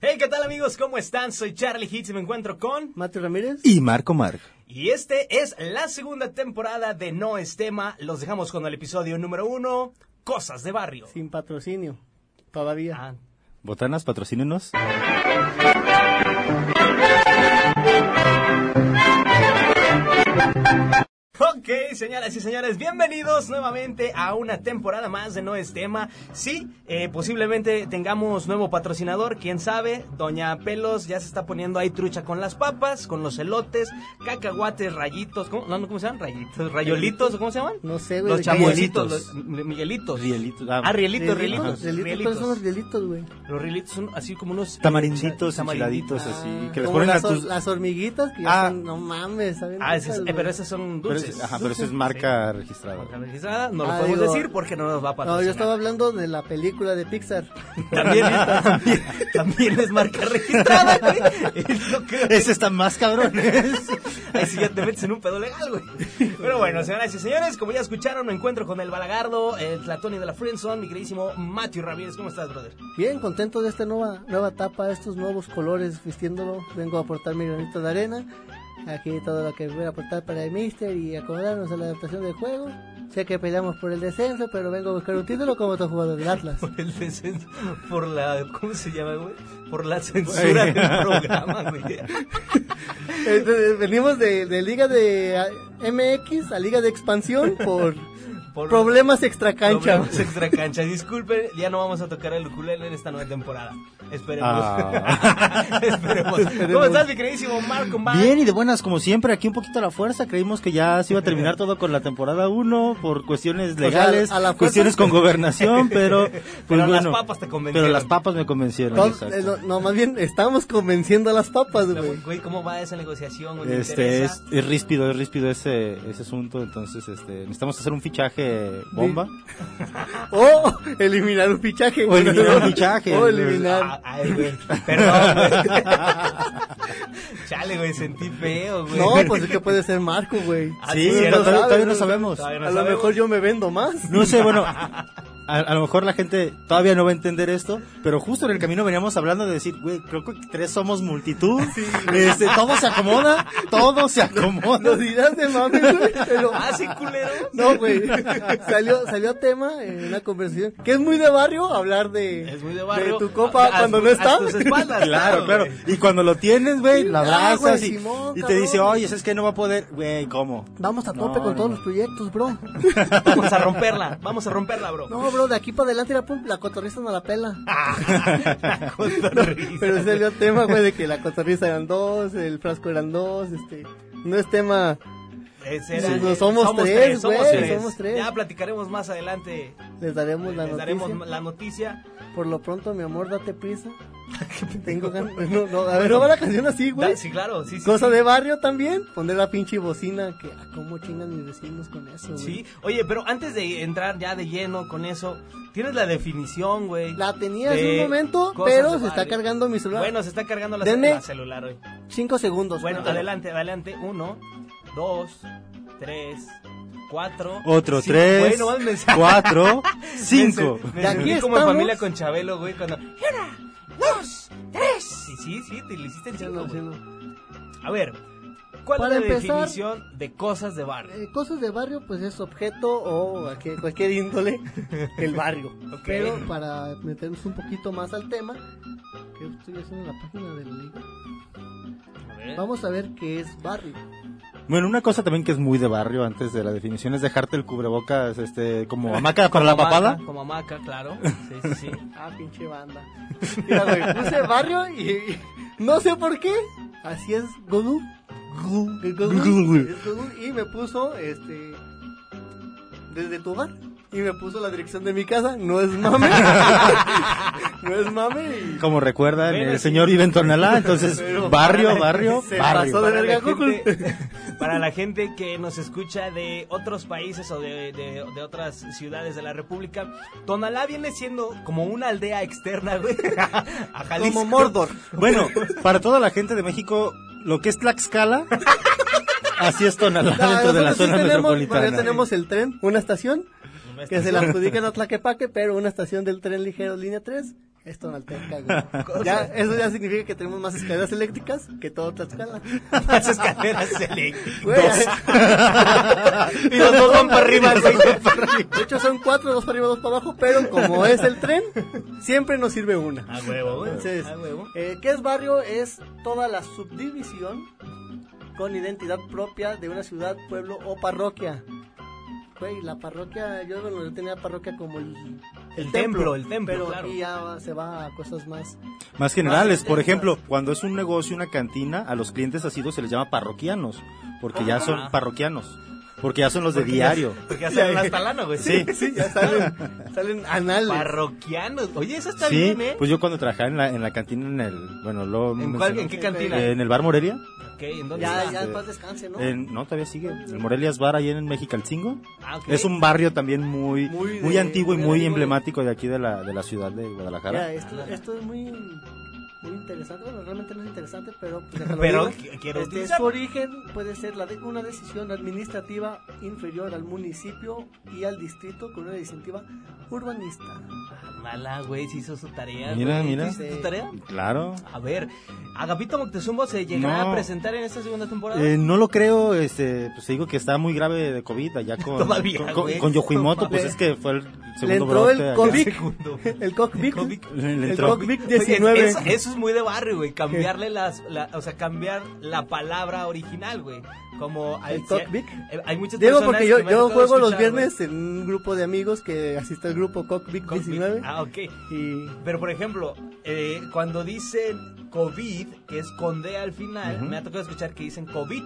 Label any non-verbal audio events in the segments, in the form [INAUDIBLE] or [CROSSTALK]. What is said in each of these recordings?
Hey, ¿qué tal amigos? ¿Cómo están? Soy Charlie Hitz y me encuentro con... Mateo Ramírez. y Marco Marc. Y este es la segunda temporada de No es tema. Los dejamos con el episodio número uno, Cosas de Barrio. Sin patrocinio. Todavía. Ah, Botanas, patrocínenos. Ok, señoras y señores, bienvenidos nuevamente a una temporada más de No es tema. Sí, eh, posiblemente tengamos nuevo patrocinador, quién sabe. Doña Pelos ya se está poniendo ahí trucha con las papas, con los elotes, cacahuates, rayitos, ¿cómo, no, no, ¿cómo se llaman? Rayitos, rayolitos, ¿cómo se llaman? No sé, güey. Los de chamuelitos, Rielitos. los m- miguelitos. Rielitos, Ah, ah. rielitos, rielitos. ¿Rielitos? ¿Rielitos? ¿Cuáles son los rielitos, güey? Los rielitos son así como unos... Tamarinditos, eh, tamarinditos. enchiladitos, Pues así. Ah, Que les como ponen a las, hor- tus. las hormiguitas que ya Ah. son- no mames, ¿saben? Ah, ese es- Esas, eh, pero güey. esas son Pero dulces. es, ajá, pero eso es marca registrada. [LAUGHS] Organizada, No lo Ah, podemos digo- decir porque no nos va a patrocinar. No, yo estaba hablando de la película de Pixar. También, también, también es marca registrada, güey. Es lo que- Ese está más cabrón. [LAUGHS] Ahí sí ya te metes en un pedo legal, güey. Pero bueno, señoras y señores, como ya escucharon, me encuentro con el Balagardo, el Tlatoni de la Friendzone, mi queridísimo Matthew Ramírez. ¿Cómo estás, brother? Bien, contento de esta nueva, nueva etapa, estos nuevos colores vistiéndolo. Vengo a aportar mi granito de arena. Aquí todo lo que voy a aportar para el Mister y acomodarnos a la adaptación del juego. Sé que peleamos por el descenso, pero vengo a buscar un título como otro jugador del Atlas. Por el descenso, por la, ¿cómo se llama, güey? Por la censura del programa, [LAUGHS] güey. Entonces, venimos de, de Liga de ah, MX a Liga de Expansión por [LAUGHS] Por- problemas extra cancha. [LAUGHS] Problemas extra cancha. Disculpen, ya no vamos a tocar el ukulele en esta nueva temporada. Esperemos. Ah. [LAUGHS] [LAUGHS] Esperemos. ¿Cómo Esperemos. estás, mi queridísimo Marco Mar? Bien y de buenas, como siempre, aquí un poquito a la fuerza. Creímos que ya se iba [LAUGHS] a terminar todo con la temporada 1 por cuestiones sea, legales, a la fuerza. cuestiones [LAUGHS] con gobernación, pero. Pues Pero las bueno, papas te convencieron. Pero las papas me convencieron. Todo- exacto. eh, no, no, más bien estamos convenciendo a las papas, No, güey. Güey, ¿cómo va esa negociación? güey? Me Este interesa. es, es ríspido, es ríspido ese, ese asunto, entonces este, necesitamos hacer un fichaje bomba. O eliminar un fichaje. O eliminar un güey. fichaje. [LAUGHS] O eliminar. Ah, ay, güey. Perdón, güey. [LAUGHS] Chale, güey, sentí feo, güey. no, pues es que puede ser Marco, güey. Ah, Sí, tú no pero todavía, sabes, todavía no no sabemos. Todavía no a lo sabemos. mejor yo me vendo más. [LAUGHS] No sé, bueno, a, a lo mejor la gente todavía no va a entender esto, pero justo en el camino veníamos hablando de decir, güey, creo que tres somos multitud, este, todo se acomoda, todo se acomoda. Lo dirás de mami, güey. pero- Ah, sí, culero. No, güey. Salió, salió tema en una conversación. Que es muy de barrio hablar de. Es muy de barrio. tu copa A- a cuando tu- no a está. tus espaldas, [LAUGHS] Claro, claro. güey. Y cuando lo tienes, güey, la Ah, abrazas güey, y, Simón, y te cabrón. dice, oye, es que no va a poder, güey, ¿cómo? Vamos a No, tope con no, todos no. los proyectos, bro. Vamos a romperla, vamos a romperla, bro. [LAUGHS] No, bro, de aquí para adelante la, pum, la cotorriza no la pela. Ah, con sonrisa. [LAUGHS] Pero salió tema, güey, de que la cotorriza eran dos, el frasco eran dos, este. No es tema. Ese era- Sí, pues, no, somos tres, somos güey, tres. somos tres. Ya platicaremos más adelante. Les daremos la Les noticia. daremos la noticia. Por lo pronto, mi amor, date [LAUGHS] prisa. Tengo ganas. pues, No, no, a ver, no va la canción así, güey. Da- sí, claro, sí, sí. Cosa de barrio también, poner la pinche bocina, que ah, cómo chingan mis vecinos con eso, güey. Sí, oye, pero antes de entrar ya de lleno con eso, tienes la definición, güey. La tenía hace de un momento, cosas pero de se está barrio. cargando mi celular. Bueno, se está cargando la, Denme. la celular hoy. Cinco segundos. Bueno, cuéntalo. adelante, adelante. Uno, dos, tres, cuatro. Otro, cinco. tres, Güey, no mames, me sa- cuatro, me cinco. sen- Me, De aquí sentí como en estamos. familia con Chabelo, güey, cuando... Una, dos, tres. Sí, sí, sí, te le hiciste el Sí, cinco, no, sí, güey. no. A ver, ¿cuál Para es la empezar- definición de cosas de barrio? Eh, cosas de barrio, pues es objeto o cualquier, cualquier índole, el [LAUGHS] barrio. Ok. Pero para meternos un poquito más al tema, que estoy haciendo en la página de la liga, A ver. vamos a ver qué es barrio. Bueno, una cosa también que es muy de barrio antes de la definición es dejarte el cubrebocas este, como hamaca para la Como papada. hamaca, Como hamaca, claro. Sí, sí, sí. Ah, pinche banda. [LAUGHS] Mira, güey, puse barrio y, y no sé por qué. Así es Google. Google. Google. Es Google, Y me puso, este, desde tu hogar. Y me puso la dirección de mi casa. No es [LAUGHS] mame. no es mame. y- Como recuerdan, Bueno, el sí. señor vive [LAUGHS] en Tonalá, entonces Pero- barrio, barrio, Se barrio. pasó de Para la, verga Google. gente, para la gente que nos escucha de otros países o de, de- de otras ciudades de la República, Tonalá viene siendo como una aldea externa, güey, a Jalisco. Como Mordor. Bueno, para toda la gente de México, lo que es Tlaxcala, así es Tonalá [LAUGHS] dentro de la Ah, Nosotros sí zona tenemos, bueno, metropolitana. ya tenemos el tren, una estación, Una que se la adjudican a Tlaquepaque, pero una estación del tren ligero, línea 3, Esto [LAUGHS] no alterca, güey. Ya, eso ya significa que tenemos más escaleras eléctricas que todo [LAUGHS] Tlaxcala. [LAUGHS] Las escaleras Selec. Güey. [LAUGHS] [LAUGHS] Y los dos van para arriba, güey. De hecho, son cuatro, dos para arriba, dos para abajo, pero como es el tren, siempre nos sirve una. A huevo, güey. Entonces, A huevo. eh, ¿qué es barrio? Es toda la subdivisión con identidad propia de una ciudad, pueblo o parroquia. Güey, la parroquia, yo, bueno, yo tenía parroquia como el, El templo, el templo, Pero claro. aquí ya va- se va a cosas más. Más generales, Más por intensas. ejemplo, cuando es un negocio, una cantina, a los clientes asidos se les llama parroquianos, porque ya Ah. son parroquianos, porque ya son los de Porque ya- diario. [LAUGHS] Porque ya se hasta lana, güey. Sí. Sí, ya salen, [LAUGHS] salen anales. Parroquianos. Oye, eso está Sí, bien, ¿eh? pues yo cuando trabajaba en la, en la cantina en el, bueno, luego ¿En, menciono- cuál- en qué cantina? Eh, en el bar Morelia, ok, ¿en dónde ya, está? ya, paz descanse, ¿no? en- no todavía sigue, el Morelia's Bar ahí en Mexicalcingo, Ah, ok. es un barrio también muy, Muy muy, de- antiguo y muy muy antiguo. emblemático de aquí de la, de la ciudad de Guadalajara. Mira, esto, esto es muy, muy interesante. Bueno, realmente no es interesante, pero. pues, déjalo Pero digo. qui- quiero Este, utilizar- Su origen puede ser la de una decisión administrativa inferior al municipio y al distrito con una iniciativa urbanista. Mala, güey, si hizo su tarea. güey. Mira, ¿Tú mira. hiciste tu tarea? Claro. A ver, Agapito Moctezuma se llegará No. a presentar en esta segunda temporada. Eh, no lo creo, este, pues te digo que está muy grave de COVID [LAUGHS] allá con, Todavía, con- güey. con, con Yoshimoto, No pues mames. es que fue el segundo Le entró brote el allá. [LAUGHS] COVID. Segundo. [LAUGHS] El cockpit. Cockpit. Le- le El entró. cockpit Oye, 19. Eso, eso es muy de barrio, güey. Cambiarle las. la- o sea, cambiar la palabra original, güey. Como. hay- ¿El Cockpit? eh, Hay muchas Digo, personas porque yo, que me ha yo tocado juego los escuchar, güey. viernes en un grupo de amigos que asiste al grupo Cockpit Cockpit. 19. Ah, ok. Y Pero por ejemplo, eh, cuando dicen COVID, que es con D al final, me ha tocado escuchar que dicen COVID.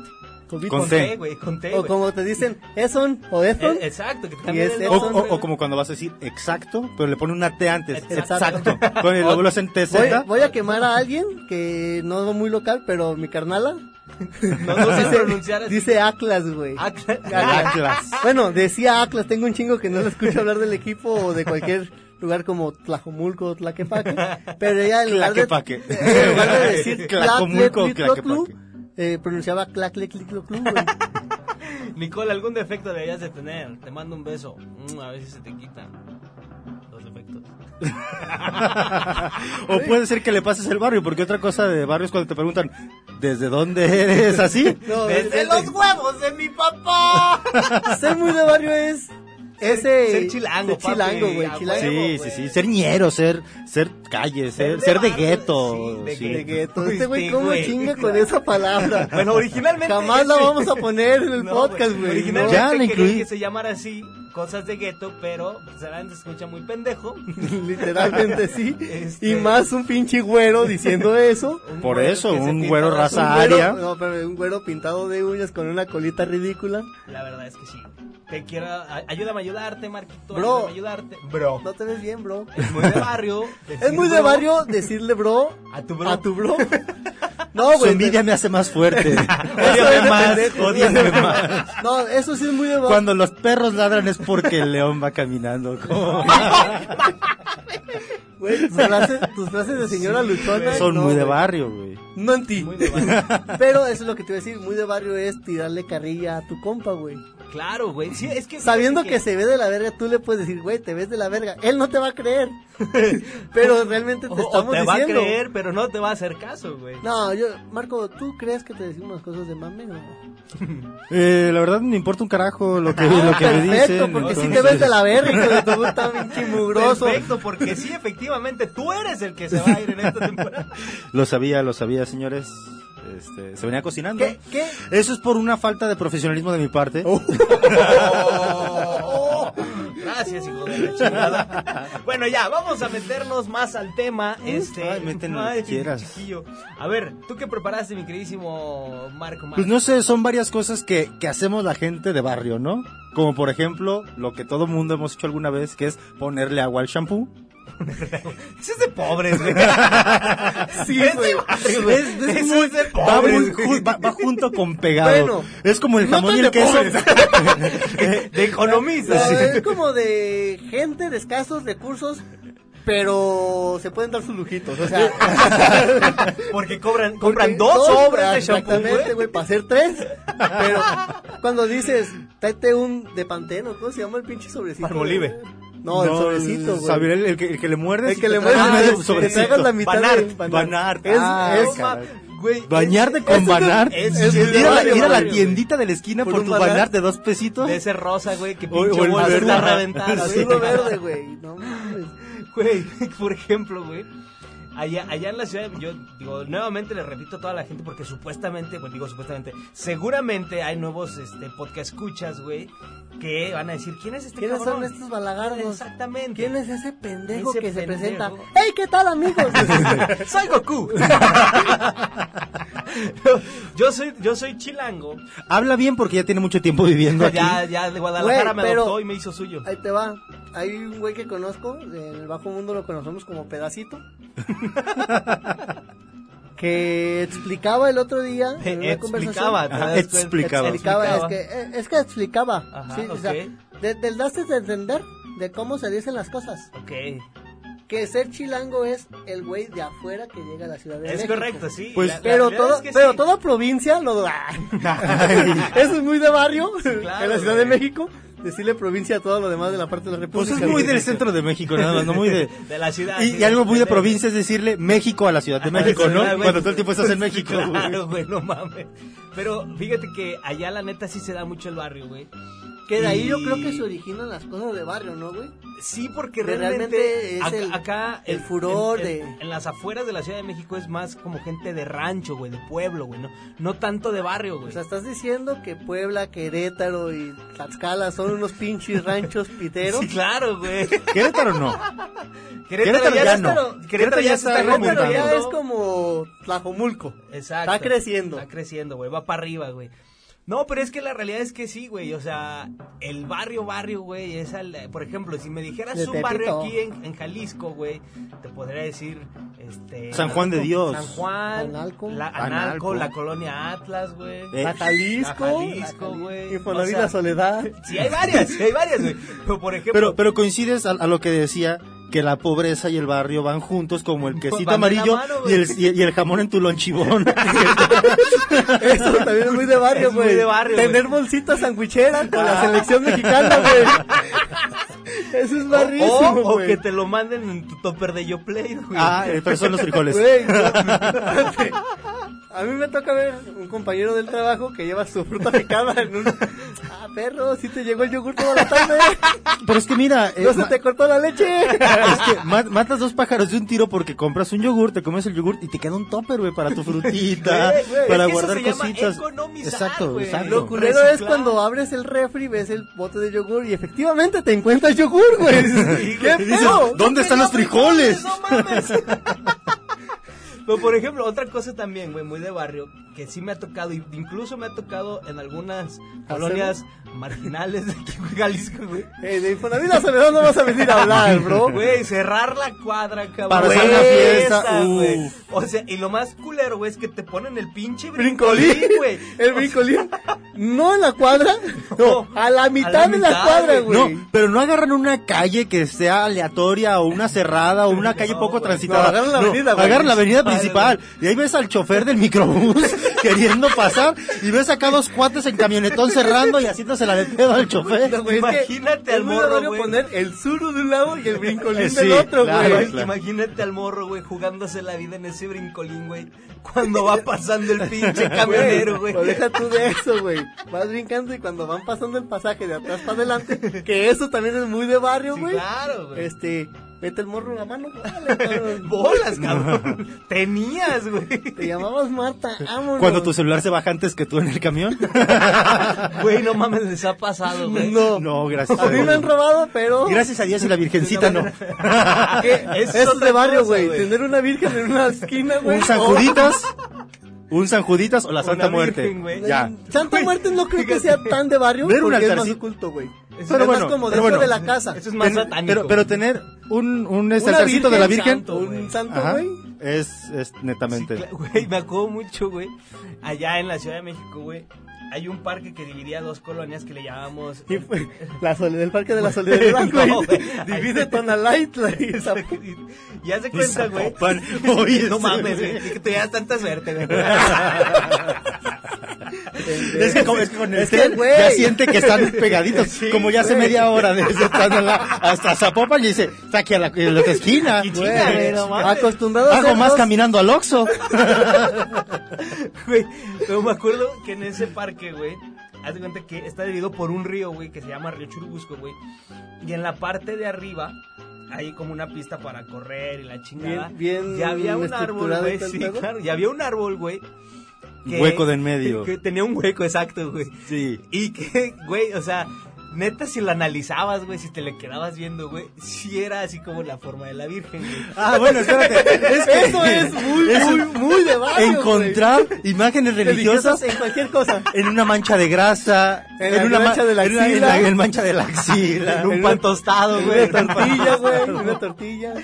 COVID. Con Con C. D, güey, con T. o güey. como te dicen, Eson o Efon. Eh, exacto, que te Y cambian es E. el O, Edson, nombre, o- o güey. como cuando vas a decir exacto, pero le pone una T antes. Exacto. Exacto. [LAUGHS] Con el óvulo en TZ. Voy, voy a quemar a alguien que no es muy local, pero mi carnala No, no [LAUGHS] sé pronunciar así. dice Atlas, güey. Ah, claro. El Atlas. [LAUGHS] Bueno, decía Atlas, tengo un chingo que no lo escucho hablar del equipo o de cualquier lugar como Tlajomulco, Tlaquepaque, pero ya en lugar de, Tlaquepaque. [LAUGHS] en lugar de [LAUGHS] decir Tlajomulco, Tlacomulco, Tlaquepaque. eh, pronunciaba Tlacleclicloclu, güey. Nicole, algún defecto deberías de tener. Te mando un beso. Mm, a ver si se te quitan los defectos. o puede ser que le pases el barrio, porque otra cosa de barrio es cuando te preguntan, ¿desde dónde eres? Así. [LAUGHS] No, ¡Desde el- los huevos de mi papá! ser muy de barrio es ese ser chilango, ser chilango, papi, güey, a chilango. huevo. güey. Sí, sí, sí. Ser ñero, ser, ser calle, ser, de ser de barrio, gueto. sí, de sí. De gueto. Uy, Este sí, güey, ¿cómo güey. chinga con esa palabra? Bueno, originalmente. Jamás la ese- vamos a poner en [LAUGHS] [LAUGHS] el No, podcast, güey. Originalmente Ya la quería incluí. que se llamara así, cosas de gueto, pero pues, ahora se escucha muy pendejo. [LAUGHS] Literalmente sí. [LAUGHS] Este- Y más un pinche güero diciendo eso. Un Por güero eso, que se un pinta güero las- raza- Un güero- área. no, pero un güero pintado de uñas con una colita ridícula. La verdad es que sí. Te quiero. a- Ayúdame a ayudarte, Marquito. Bro. Ayúdame a ayudarte. Bro. No te ves bien, bro. Es muy de barrio. decir [LAUGHS] Es muy de bro barrio decirle bro A tu bro. a [LAUGHS] tu bro. No, Su güey. envidia me hace [LAUGHS] más fuerte. Eso es Ódiame de más, pendejo. [LAUGHS] ódiame más. No, eso sí es muy de barrio. Cuando los perros ladran es porque el león [LAUGHS] va caminando. como- Güey, tus frases, tus frases de señora luchona. Son no, muy de güey. barrio, güey. No en ti. Muy de barrio. [LAUGHS] Pero eso es lo que te iba a decir. Muy de barrio es tirarle carrilla a tu compa, güey. Claro, güey. Sí, es que. Sabiendo fíjate que se ve de la verga, tú le puedes decir, güey, te ves de la verga. Él no te va [LAUGHS] a creer. Pero realmente O, te o estamos te va a diciendo. creer, pero no te va a hacer caso, güey. No, yo, Marco, ¿tú crees que te decimos cosas de mame? No. Eh, la verdad me importa un carajo lo que, lo que me Perfecto, dicen. porque si te entonces- ves de la verga, hijo de tu puta [LAUGHS] pinche mugroso. Perfecto, porque sí, efectivamente, tú eres el que se va a ir en esta [LAUGHS] temporada. Lo sabía, lo sabía, señores. Este, se venía cocinando. ¿Qué? Oh. ¿Qué? Eso es por una falta de profesionalismo de mi parte. Oh. Gracias, hijo de la chingada. Bueno, ya, vamos a meternos más al tema. Este, Ay, métele lo que ay, quieras. chiquillo. A ver, ¿tú qué preparaste, mi queridísimo Marco? Marco? Pues no sé, son varias cosas que, que hacemos la gente de barrio, ¿no? Como por ejemplo, lo que todo mundo hemos hecho alguna vez, que es ponerle agua al shampoo. Eso es de pobres, [LAUGHS] güey. Sí, Es de güey. barrio, güey. Es- es Eso muy- es de Va, muy pobres, güey. ju- va- va junto con pegado. Bueno, es como el no jamón tan y el de queso. [LAUGHS] Eh, De No, economistas. es como de gente de escasos recursos, pero se pueden dar sus lujitos. O sea, Porque cobran, compran porque- dos sobres de shampoo, Exactamente, güey. güey, para hacer tres. Pero cuando dices, tráete un de panteno, ¿cómo se llama el pinche sobrecito? Palmolive. güey? No, el sobrecito, güey. Saber el, el que, el que le muerde. El que le muerde, tragas te sobrecito. tragas la mitad Banart, de Banart. Es, Ah, es- No, ma- güey, Bañarte es- con es- Banart. es- Ir es- a la- es- ir a la es- tiendita de la esquina Por por un tu Banart. Banart de dos pesitos. de ese rosa, güey, que O- pinche o el bolsa verde. está Ajá. reventada. Sí. azul o verde, güey. No mames. [LAUGHS] Güey, por ejemplo, güey. Allá, allá en la ciudad, yo digo, nuevamente le repito a toda la gente porque supuestamente, bueno, digo supuestamente, seguramente hay nuevos este, podcast escuchas, güey, que van a decir, ¿quién es este ¿Quiénes cabrón? son estos balagardos? Exactamente. ¿Quién es ese pendejo Ese que se pendejo. presenta? ¡Hey, qué tal, amigos! [LAUGHS] ¡Soy Goku! [LAUGHS] yo, soy, yo soy chilango. Habla bien porque ya tiene mucho tiempo viviendo aquí. Ya, ya de Guadalajara Güey, me pero- adoptó y me hizo suyo. Ahí te va. Hay un güey que conozco, en el bajo mundo lo conocemos [LAUGHS] como pedacito. que explicaba el otro día en [LAUGHS] una Explicaba, conversación. ¿te Ajá, das cuenta? explicaba. Explicaba, es que eh, es que explicaba. Ajá, sí, o sea, ok. de- del daste de entender de cómo se dicen las cosas. Ok. Que ser chilango es el güey de afuera que llega a la ciudad de Es México. correcto, sí. Pues- La- la Pero realidad todo, es que pero sí. toda provincia lo [LAUGHS] [LAUGHS] Eso es muy de barrio claro, en la Ciudad de güey. México. Decirle provincia a todo lo demás de la parte de la República. Pues es muy del güey. [LAUGHS] centro de México, nada más, no [LAUGHS] muy de... De la ciudad. Y, sí, y algo muy de México. provincia es decirle México a la Ciudad [LAUGHS] de Ajá, México, ¿no? sí, güey. Cuando todo el tiempo estás en Sí, México. Claro, [LAUGHS] güey, no mames. Pero fíjate que allá la neta sí se da mucho el barrio, güey. Que de ahí yo Y- creo que se originan las cosas de barrio, ¿no, güey? Sí, porque De realmente, realmente es ac- el- acá el furor en- en- de- en las afueras de la Ciudad de México es más como gente de rancho, güey, de pueblo, güey, no, no tanto de barrio, O güey. sea, estás diciendo que Puebla, Querétaro y Tlaxcala son unos [LAUGHS] pinches ranchos piteros. Sí, claro, güey. Querétaro no. Querétaro ya no. Querétaro, Querétaro ya se está Querétaro remontando. ya es como Tlajomulco. Exacto. Está creciendo. Está creciendo, güey. Va para arriba, güey. No, pero es que la realidad es que sí, güey. O sea, el barrio, barrio, güey. Es al- por ejemplo, si me dijeras De un barrio Tepito. aquí en, en Jalisco, güey, te podría decir. Este, San Juan de Dios. San Juan. Analco. La, Analco, Analco. la colonia Atlas, güey. Eh, La Jalisco. La Jalisco, güey. Infonavit O sea- La Soledad. Sí, hay varias, sí, hay varias, güey. Pero por ejemplo. Pero, pero coincides a, a lo que decía que la pobreza y el barrio van juntos como el quesito Van de la amarillo mano, y güey. el, y, el- y el jamón en tu lonchibón. Eso también es muy de barrio, Es muy güey. de barrio, Tener bolsitas sanguicheras con la selección mexicana, güey. Eso es o, barrísimo, o güey. que te lo manden en tu topper de Yoplay, güey. ah, eh, pero son los frijoles. Güey, yo- espérate. [LAUGHS] A mí me toca ver un compañero del trabajo que lleva su fruta picada en un... Ah, perro, si te llegó el yogur toda la tarde. Pero es que mira, eh, No se ma- te cortó la leche. es que ma- matas dos pájaros de un tiro porque compras un yogur, te comes el yogur y te queda un topper, güey, para tu frutita, [LAUGHS] Güey, güey, para es que eso guardar se llama cositas. economizar, exacto, güey. exacto. Lo culero es Reciclar. cuando abres el refri, ves el bote de yogur y efectivamente te encuentras yogur, güey. ¡Qué Y dices, feo! ¿Dónde están los frijoles? No mames. [LAUGHS] Pero por ejemplo, otra cosa también, güey, muy de barrio, que sí me ha tocado, y incluso me ha tocado en algunas colonias marginales de aquí, güey, Jalisco, [LAUGHS] güey. Eh, de Infonavit a Soledad no vas a venir a hablar, bro. Güey, cerrar la cuadra, cabrón. Para Güey, hacer una fiesta, esa, uh. güey. O sea, y lo más culero, güey, es que te ponen el pinche brincolín, Brincolín, [LAUGHS] güey. El brincolín. No en la cuadra. No, a la mitad de la mitad, cuadra, güey. güey. No, pero no agarran una calle que sea aleatoria o una cerrada o una calle No, poco güey. No, transitada. agarran la avenida, güey. agarran la avenida Vale, principal. Y ahí ves al chofer del microbús [LAUGHS] queriendo pasar y ves acá dos cuates en camionetón cerrando y haciéndosela de pedo al chofer. Güey, es que Imagínate es al muy morro, raro güey. poner el suru de un lado y el brincolín Sí, del otro, claro, güey. Güey, Imagínate al morro, güey, jugándose la vida en ese brincolín, güey. Cuando va pasando el [LAUGHS] pinche camionero, güey. pues o Pues deja tú de eso, güey. Vas brincando y cuando van pasando el pasaje de atrás para adelante, que eso también es muy de barrio, Sí, güey. claro, güey. Este, mete el morro en la mano, dale, [LAUGHS] cabrón. Bolas, cabrón. Tenías, güey. Te llamabas Marta, vámonos. Cuando tu celular se baja antes que tú en el camión. Güey, no mames, les ha pasado, güey. [LAUGHS] No, No, gracias. a a mí me han Dios. robado, pero... Gracias a Dios y la [LAUGHS] Virgencita no. Eh, Eso es otra de barrio, cosa, güey. Tener una virgen en una esquina, güey. Un San Juditas. Un San Juditas o la Santa Una Muerte. virgen, güey. ya. Santa Muerte no creo que sea tan de barrio Ver un porque es más altarcito. oculto, güey. Es- Pero Pero es más bueno, como pero dentro bueno. de la casa. Eso es más Ten- satánico. pero, pero tener un, un este Una altarcito de la Virgen. santo, güey. un santo, Ajá, güey. es, es Sí, netamente. cla- Güey, me acuerdo mucho, güey. Allá en la Ciudad de México, güey. Hay un parque que dividía dos colonias que le llamábamos... Y fue La soledad, el parque de la soledad, No, güey. güey. Divide Tonalá y Tla- y Zapo- Y haz de cuenta, güey. [LAUGHS] Zapopan. Oye, no ese, mames, güey. güey. Que te das tanta suerte, güey. Es que, como- es que con el Es que, tren güey. ya siente que están [LAUGHS] pegaditos. Sí, como ya hace güey. media hora desde Tonalá hasta Zapopan y dice, está aquí a la, en la otra esquina. Aquí, Güey, chinga, güey, Güey, no mames. acostumbrado a Hago hacer más dos- caminando al Oxxo. Güey, yo me acuerdo que en ese parque, güey, haz de cuenta que está dividido por un río, güey, que se llama Río Churubusco, güey. Y en la parte de arriba hay como una pista para correr y la chingada. Bien- bien y había un árbol, estructurado güey, está el sí, pedo. claro. Y había un árbol, güey. Hueco de en [LAUGHS] medio. Que tenía un hueco, exacto, güey. Sí. Y que, güey, o sea, neta, si lo analizabas, güey, si te le quedabas viendo, güey, sí era así como la forma de la Virgen, güey. Ah, bueno, espérate. Es que Eso es muy, es muy, un- muy de barrio, güey. Encontrar imágenes religiosas en cualquier [LAUGHS] cosa. en una mancha de grasa, En la una mancha ma- de la en una- en axila. en mancha de [LAUGHS] la [LAUGHS] axila, En un pan tostado, En güey. Una tortilla, güey. Una tortilla.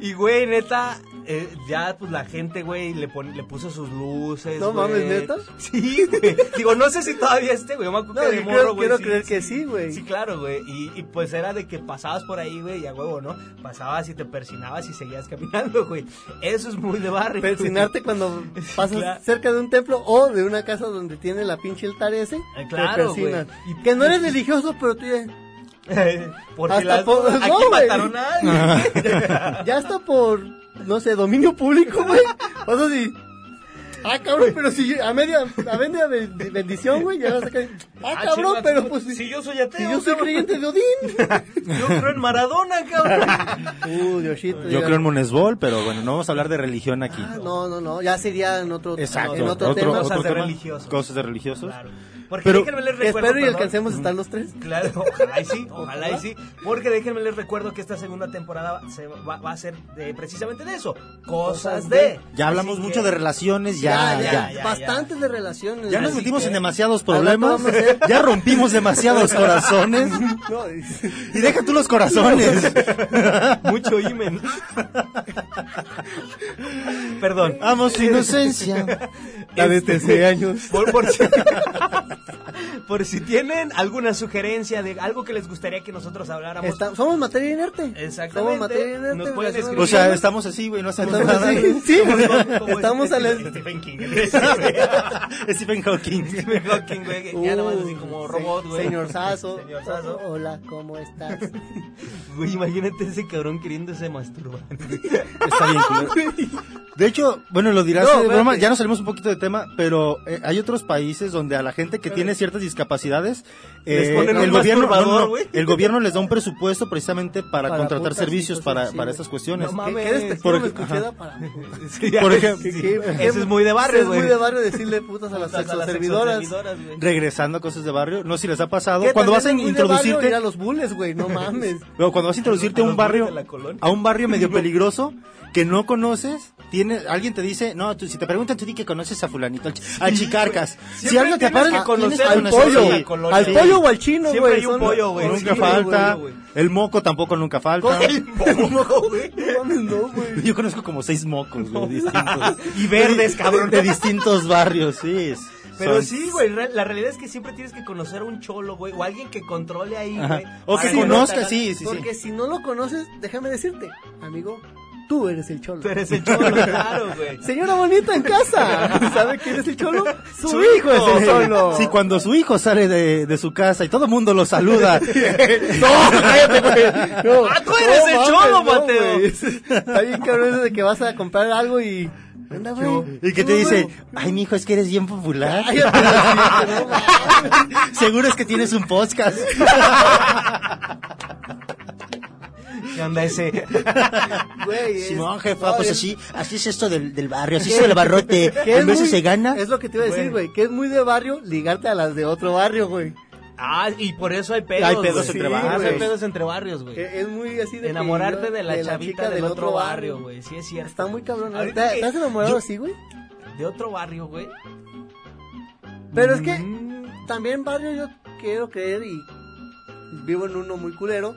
Y, güey, neta, eh, ya, pues, la gente, güey, le, pon- le puso sus luces, No güey. mames, ¿neta? Sí, güey. Digo, no sé si todavía este, güey. Yo me acuerdo No, que de yo morro, creo- güey. quiero sí, creer que sí, güey. Sí, claro, güey. Y, y, pues era de que pasabas por ahí, güey, y a huevo, ¿no? Pasabas y te persinabas y seguías caminando, [LAUGHS] güey. Eso es muy de [LAUGHS] barrio. güey. Pensionarte cuando pasas Claro. cerca de un templo o de una casa donde tiene la pinche altar ese. Eh, te claro, güey. persignan. Y- Que no eres religioso, pero tiene- Por si Hasta las por- dudas, no, aquí güey. mataron a Ah, alguien. [LAUGHS] ya está por, no sé, dominio público, güey. O sea, si... Ah, cabrón, pero si a media, a media ben- bendición, güey, ya la sacan. Ah, Ah, cabrón, chinga, pero pues... si yo soy ateo, si yo soy cabrón. creyente de Odín. Yo creo en Maradona, cabrón. [LAUGHS] Uh, Diosito. Yo ya. creo en Monesbol, pero bueno, no vamos a hablar de religión aquí. Ah, no, no, no, ya sería en otro, Exacto, en otro, otro, tema. Cosas otro de tema. religiosos. Cosas de religiosos. Claro. Porque Pero- déjenme les Que recuerdo. espero y perdón. alcancemos a estar los tres. Claro, [LAUGHS] ojalá y sí, ojalá y Ojalá. sí. Porque déjenme les recuerdo que esta segunda temporada se va, va a ser de, precisamente de eso. Cosas Cosas de. de. Ya hablamos Así mucho que- de relaciones, ya, Ya, ya. ya, Ya, ya. Bastante de relaciones. nos Así metimos que- en demasiados rato problemas, vamos a hacer- ya [LAUGHS] rompimos demasiados corazones. No, y- Y deja tú los corazones. [LAUGHS] Mucho imen. Perdón. Este, Amo su inocencia. Ah, Este, La de 13 años. [LAUGHS] Por, por si, por si tienen alguna sugerencia de algo que les gustaría que nosotros habláramos. [LAUGHS] Está- somos materia inerte. Exactamente. Somos materia inerte. Nos pueden relaciones escribir. O sea, humanas. estamos así, güey, no hacemos Estamos nada. [LAUGHS] así. Sí, Como- güey. como Estamos a la- Stephen Este, King. [LAUGHS] Stephen Hawking. Stephen Hawking, güey, que este, ya nomás así Uh, como se- robot, güey. Señor Sazo. Señor Sazo. O- Hola, ¿cómo estás? Güey, imagínate ese cabrón queriéndose masturbar. [LAUGHS] Está bien, culero. De hecho, bueno, lo dirás No, de broma, espérate. ya nos salimos un poquito de tema, pero eh, hay otros países donde a la gente que tiene ciertas discapacidades, Les eh, ponen un el, gobierno, no, masturbador, no, güey. el gobierno les da un presupuesto precisamente para, Para contratar putas, servicios sí, cosas para, así, para güey. estas cuestiones. pues, No mames. ¿Qué, qué despectivo Por me ej- escuché ajá. da para... Sí, ya, Por ejemplo, sí. ¿Qué- qué- Eso es muy de barrio, Es güey. muy de barrio decirle putas a las Putas a las servidoras. sexoservidoras, güey. Regresando a cosas de barrio, no sé si les ha pasado, cuando vas a Ir introducirte, a los bulles, güey, no mames. no, cuando vas a introducirte A a los un barrios barrio, de la colonia. a un [LAUGHS] barrio medio peligroso que no conoces, tiene, alguien te dice, no, tú- si te preguntan, tú di que conoces a fulanito, al chi- a Chicarcas. Si Siempre alguien te tienes para que conocer tienes que al conocer pollo, sí. la colonia. Al Sí. pollo o al chino, Siempre güey. hay un son- pollo, güey. son- Nunca Sí, falta. güey, güey. el moco tampoco nunca [LAUGHS] falta. Ay, moco, güey. [LAUGHS] No mames, no, güey. Yo conozco como seis mocos, güey, distintos. Y verdes, cabrón. De distintos barrios, sí. es- Pero son- sí, güey, re- la realidad es que siempre tienes que conocer a un cholo, güey, o alguien que controle ahí, Ajá. güey. O para que no conozca, te hagas- sí, sí, sí. Porque si no lo conoces, déjame decirte, amigo, tú eres el [LAUGHS] cholo. Tú eres el cholo, claro, [LAUGHS] güey. Señora bonita en casa, [LAUGHS] ¿sabe quién es el cholo? Su, Su hijo es hijo. el cholo. Sí, cuando su hijo sale de, de su casa y todo el mundo lo saluda. No, Ah, tú eres el cholo, Mateo. güey. [LAUGHS] Está bien cabrón eso de que vas a comprar algo y... Anda, güey. Y que te No, dice, güey. ay, mijo, es que eres bien popular. Ay, ya te la dije, no, mames. [LAUGHS] Seguro es que tienes un podcast. ¿Qué onda ese? Güey, es- [LAUGHS] Simón, jefa, no, pues es- así, así es esto del, del barrio, así es el barrote. [LAUGHS] que es En veces muy- se gana. Es lo que te iba a decir, Güey. güey. Que es muy de barrio ligarte a las de otro barrio, güey. Ah, y por eso hay pedos. Hay pedos güey. entre Sí, barrios. Hay pedos entre barrios, güey. Que Es muy así de. que Enamorarte yo- de la chica chavita del otro barrio, güey. Sí, es cierto. Está muy cabrón. ¿no? ¿Te, Ahorita que- te has enamorado yo- así, güey? De otro barrio, güey. Pero es que Mm, también barrio yo quiero creer y vivo en uno muy [LAUGHS] culero.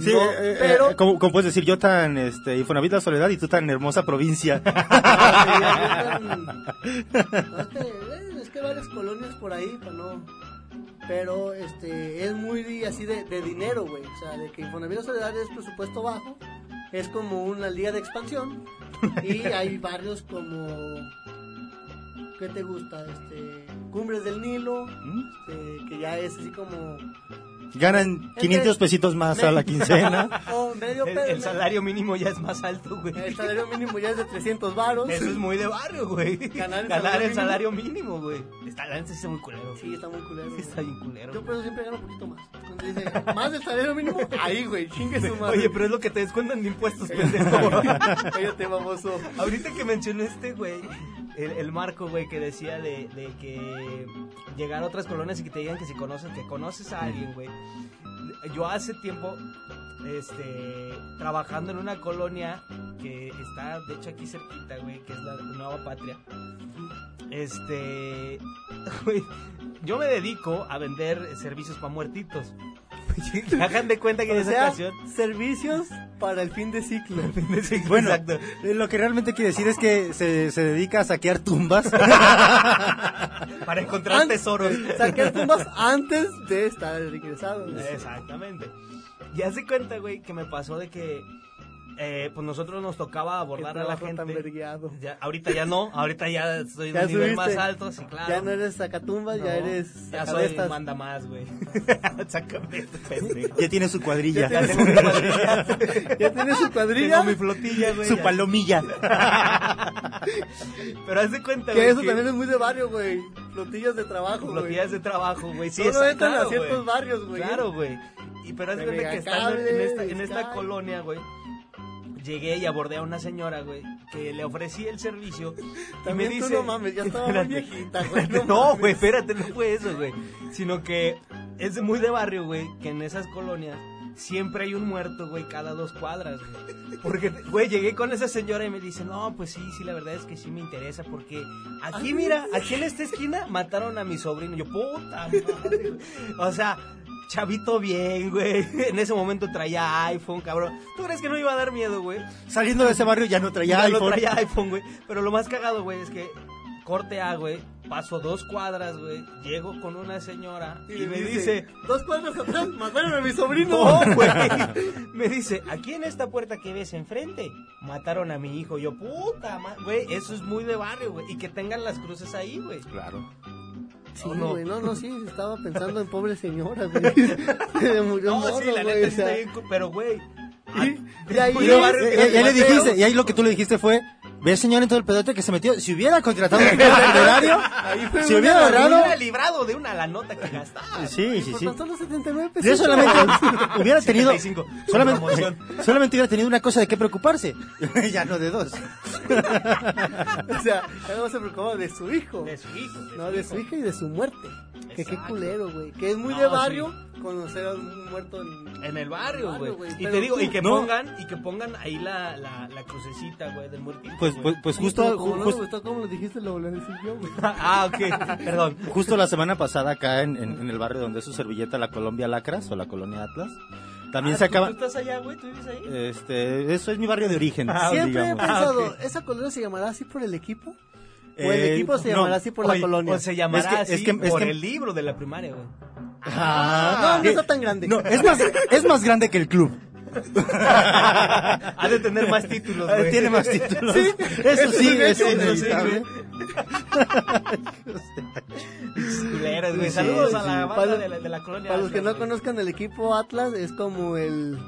Sí, No, eh, eh, pero [LAUGHS] eh, como, como puedes decir, yo tan este, Infonavit la soledad y tú tan hermosa provincia. No, es, que, eh, es que varias colonias por ahí, pa' no. Pero este es muy de- así de, de dinero, güey. O sea, de que Infonavit Soledad es presupuesto bajo. Es [LAUGHS] como una liga de expansión. Y hay barrios como ¿Qué te gusta? Este, Cumbres del Nilo, ¿Mm? este, que ya es así como... Ganan 500 pesitos más a la quincena. o Oh, medio El, pedo, el me- salario mínimo ya es más alto, güey. El salario mínimo ya es de 300 varos. Eso es muy de barrio, güey. Ganar el Ganar el salario salario mínimo, güey. Está, la neta sí está muy culero. Sí, está muy culero. güey. Está bien culero. Yo por eso siempre gano un poquito más. Entonces dice, más del salario mínimo, ahí, güey, chingue su madre. Oye, pero es lo que te descuentan de [LAUGHS] impuestos, pendejo. Cállate, baboso. Ahorita que mencionó este, güey, el, el marco, güey, que decía de, de que llegar a otras colonias y que te digan que si conoces, que conoces a alguien, güey. Yo hace tiempo, este, trabajando en una colonia que está, de hecho, aquí cerquita, güey, que es la Nueva Patria. Este, [LAUGHS] güey, yo me dedico a vender servicios para [LAUGHS] muertitos. Hagan de cuenta que en O esa sea, [LAUGHS] ocasión... servicios para el fin de ciclo. Bueno, [LAUGHS] Exacto. eh, lo que realmente quiere decir es que se, se dedica a saquear tumbas. Para encontrar tesoros. Saqué tumbas antes de estar regresado. Exactamente. Ya se cuenta, güey, que me pasó de que eh, pues nosotros nos tocaba Qué abordar a la trabajo tan gente. vergueado. Ya, ahorita ya no, ahorita ya estoy en Ya un nivel subiste. más alto, sí, claro. Ya no eres sacatumbas, ya Ah. No, eres Ya soy sacabestas. manda más, [LAUGHS] güey. Sácame, pendejo. ya tiene [LAUGHS] su cuadrilla, Ya tengo mi cuadrilla, Ya tienes su [LAUGHS] cuadrilla. tengo mi flotilla, güey. su ya. palomilla. Pero haz de cuenta, Que güey, eso también es muy de barrio, güey. Flotillas de trabajo, güey. flotillas de trabajo, güey. Sí, Solo está entran claro, a ciertos güey. barrios, güey. Claro, güey. Y pero haz de cuenta que estando en- en Cables, esta, en esta Sky. colonia, güey. Llegué y abordé a una señora, güey, que le ofrecí el servicio y me También tú dice... no mames, ya estaba muy Espérate. viejita, [LAUGHS] güey. No, mames. güey, espérate, no fue eso, güey. Sino que es muy de barrio, güey, que en esas colonias siempre hay un muerto, güey, cada dos cuadras, güey. Porque, güey, llegué con esa señora y me dice, no, pues sí, sí, la verdad es que sí me interesa porque aquí, Ay. mira, aquí en esta esquina mataron a mi sobrino. Yo, puta madre, güey. O sea... Chavito bien, güey. [LAUGHS] En ese momento traía iPhone, cabrón. ¿Tú crees que no me iba a dar miedo, güey? Saliendo de ese barrio ya no traía Ya lo iPhone. traía iPhone, güey. Pero lo más cagado, güey, es que corte A, güey. Paso dos cuadras, güey. Llego con una señora y, le me dice. dos cuadras atrás, [LAUGHS] mataron a mi sobrino. [LAUGHS] No, güey. Me dice, aquí en esta puerta que ves enfrente, mataron a mi hijo. Yo, puta, ma- güey, eso es muy de barrio, güey. Y que tengan las cruces ahí, güey. Claro. Sí, ¿O no? güey, no, no, sí, estaba pensando en pobre señora, [LAUGHS] güey. Se murió No, morro, sí, la güey, neta o sí sea, está bien, cu- pero, güey. ah, Y de ahí- muy de barrio Eh, que eh, te ya le mateo. dijiste, y ahí lo que tú le dijiste fue, ve señor en todo el pedote que se metió, si hubiera contratado un funerario, fue si una hubiera Me agarrado... hubiera librado de una la nota que [LAUGHS] gastaba. Sí, sí, Por sí. tan solo 79 pesos. Yo [LAUGHS] solamente [LAUGHS] hubiera tenido... 75. Solamente, Promoción. [LAUGHS] solamente hubiera tenido una cosa de qué preocuparse. ya no de dos. O sea, algo se preocupaba de su hijo. De su hijo. de No, de su hija y de su muerte. Que qué Exacto. culero, güey. Que es muy No, de barrio conocer a un muerto en... En el barrio, En el güey. barrio, güey, Y pero te digo, tú- y que no. pongan, y que pongan ahí la, la, la crucecita, güey, del muertito. Pues, güey. pues, pues Sí, justo, pero Como no justo- me gustó como lo dijiste, lo volví a decir yo, güey. [LAUGHS] ah, [LAUGHS] ok, Ah, perdón. Justo la semana pasada acá en, en- en el barrio donde es su servilleta la Colombia Lacras o la Colonia Atlas, también Ah, se ¿tú- acaba... ¿Tú estás allá, güey? ¿Tú vives ahí? Este, eso es mi barrio de origen. Ah, Siempre he digamos. pensado, Ah, ok. ¿esa colonia se llamará así por el equipo? ¿O el Eh, equipo se no, llamará así por la Oye, colonia? O se llamará Es que- es así que- es por que- el libro de la primaria, [LAUGHS] güey. Ah. no, no está tan grande. [LAUGHS] No, es más, es más grande que el club. ha de tener más títulos, Eh, Ah, güey. Tiene más títulos. Eso sí, es es un hecho, eso sí, inevitable. Culeras, güey. Sí, Saludos sí. a la banda Para- de, la, de la colonia. Para los que no Atlas, güey. conozcan el equipo Atlas, es como el...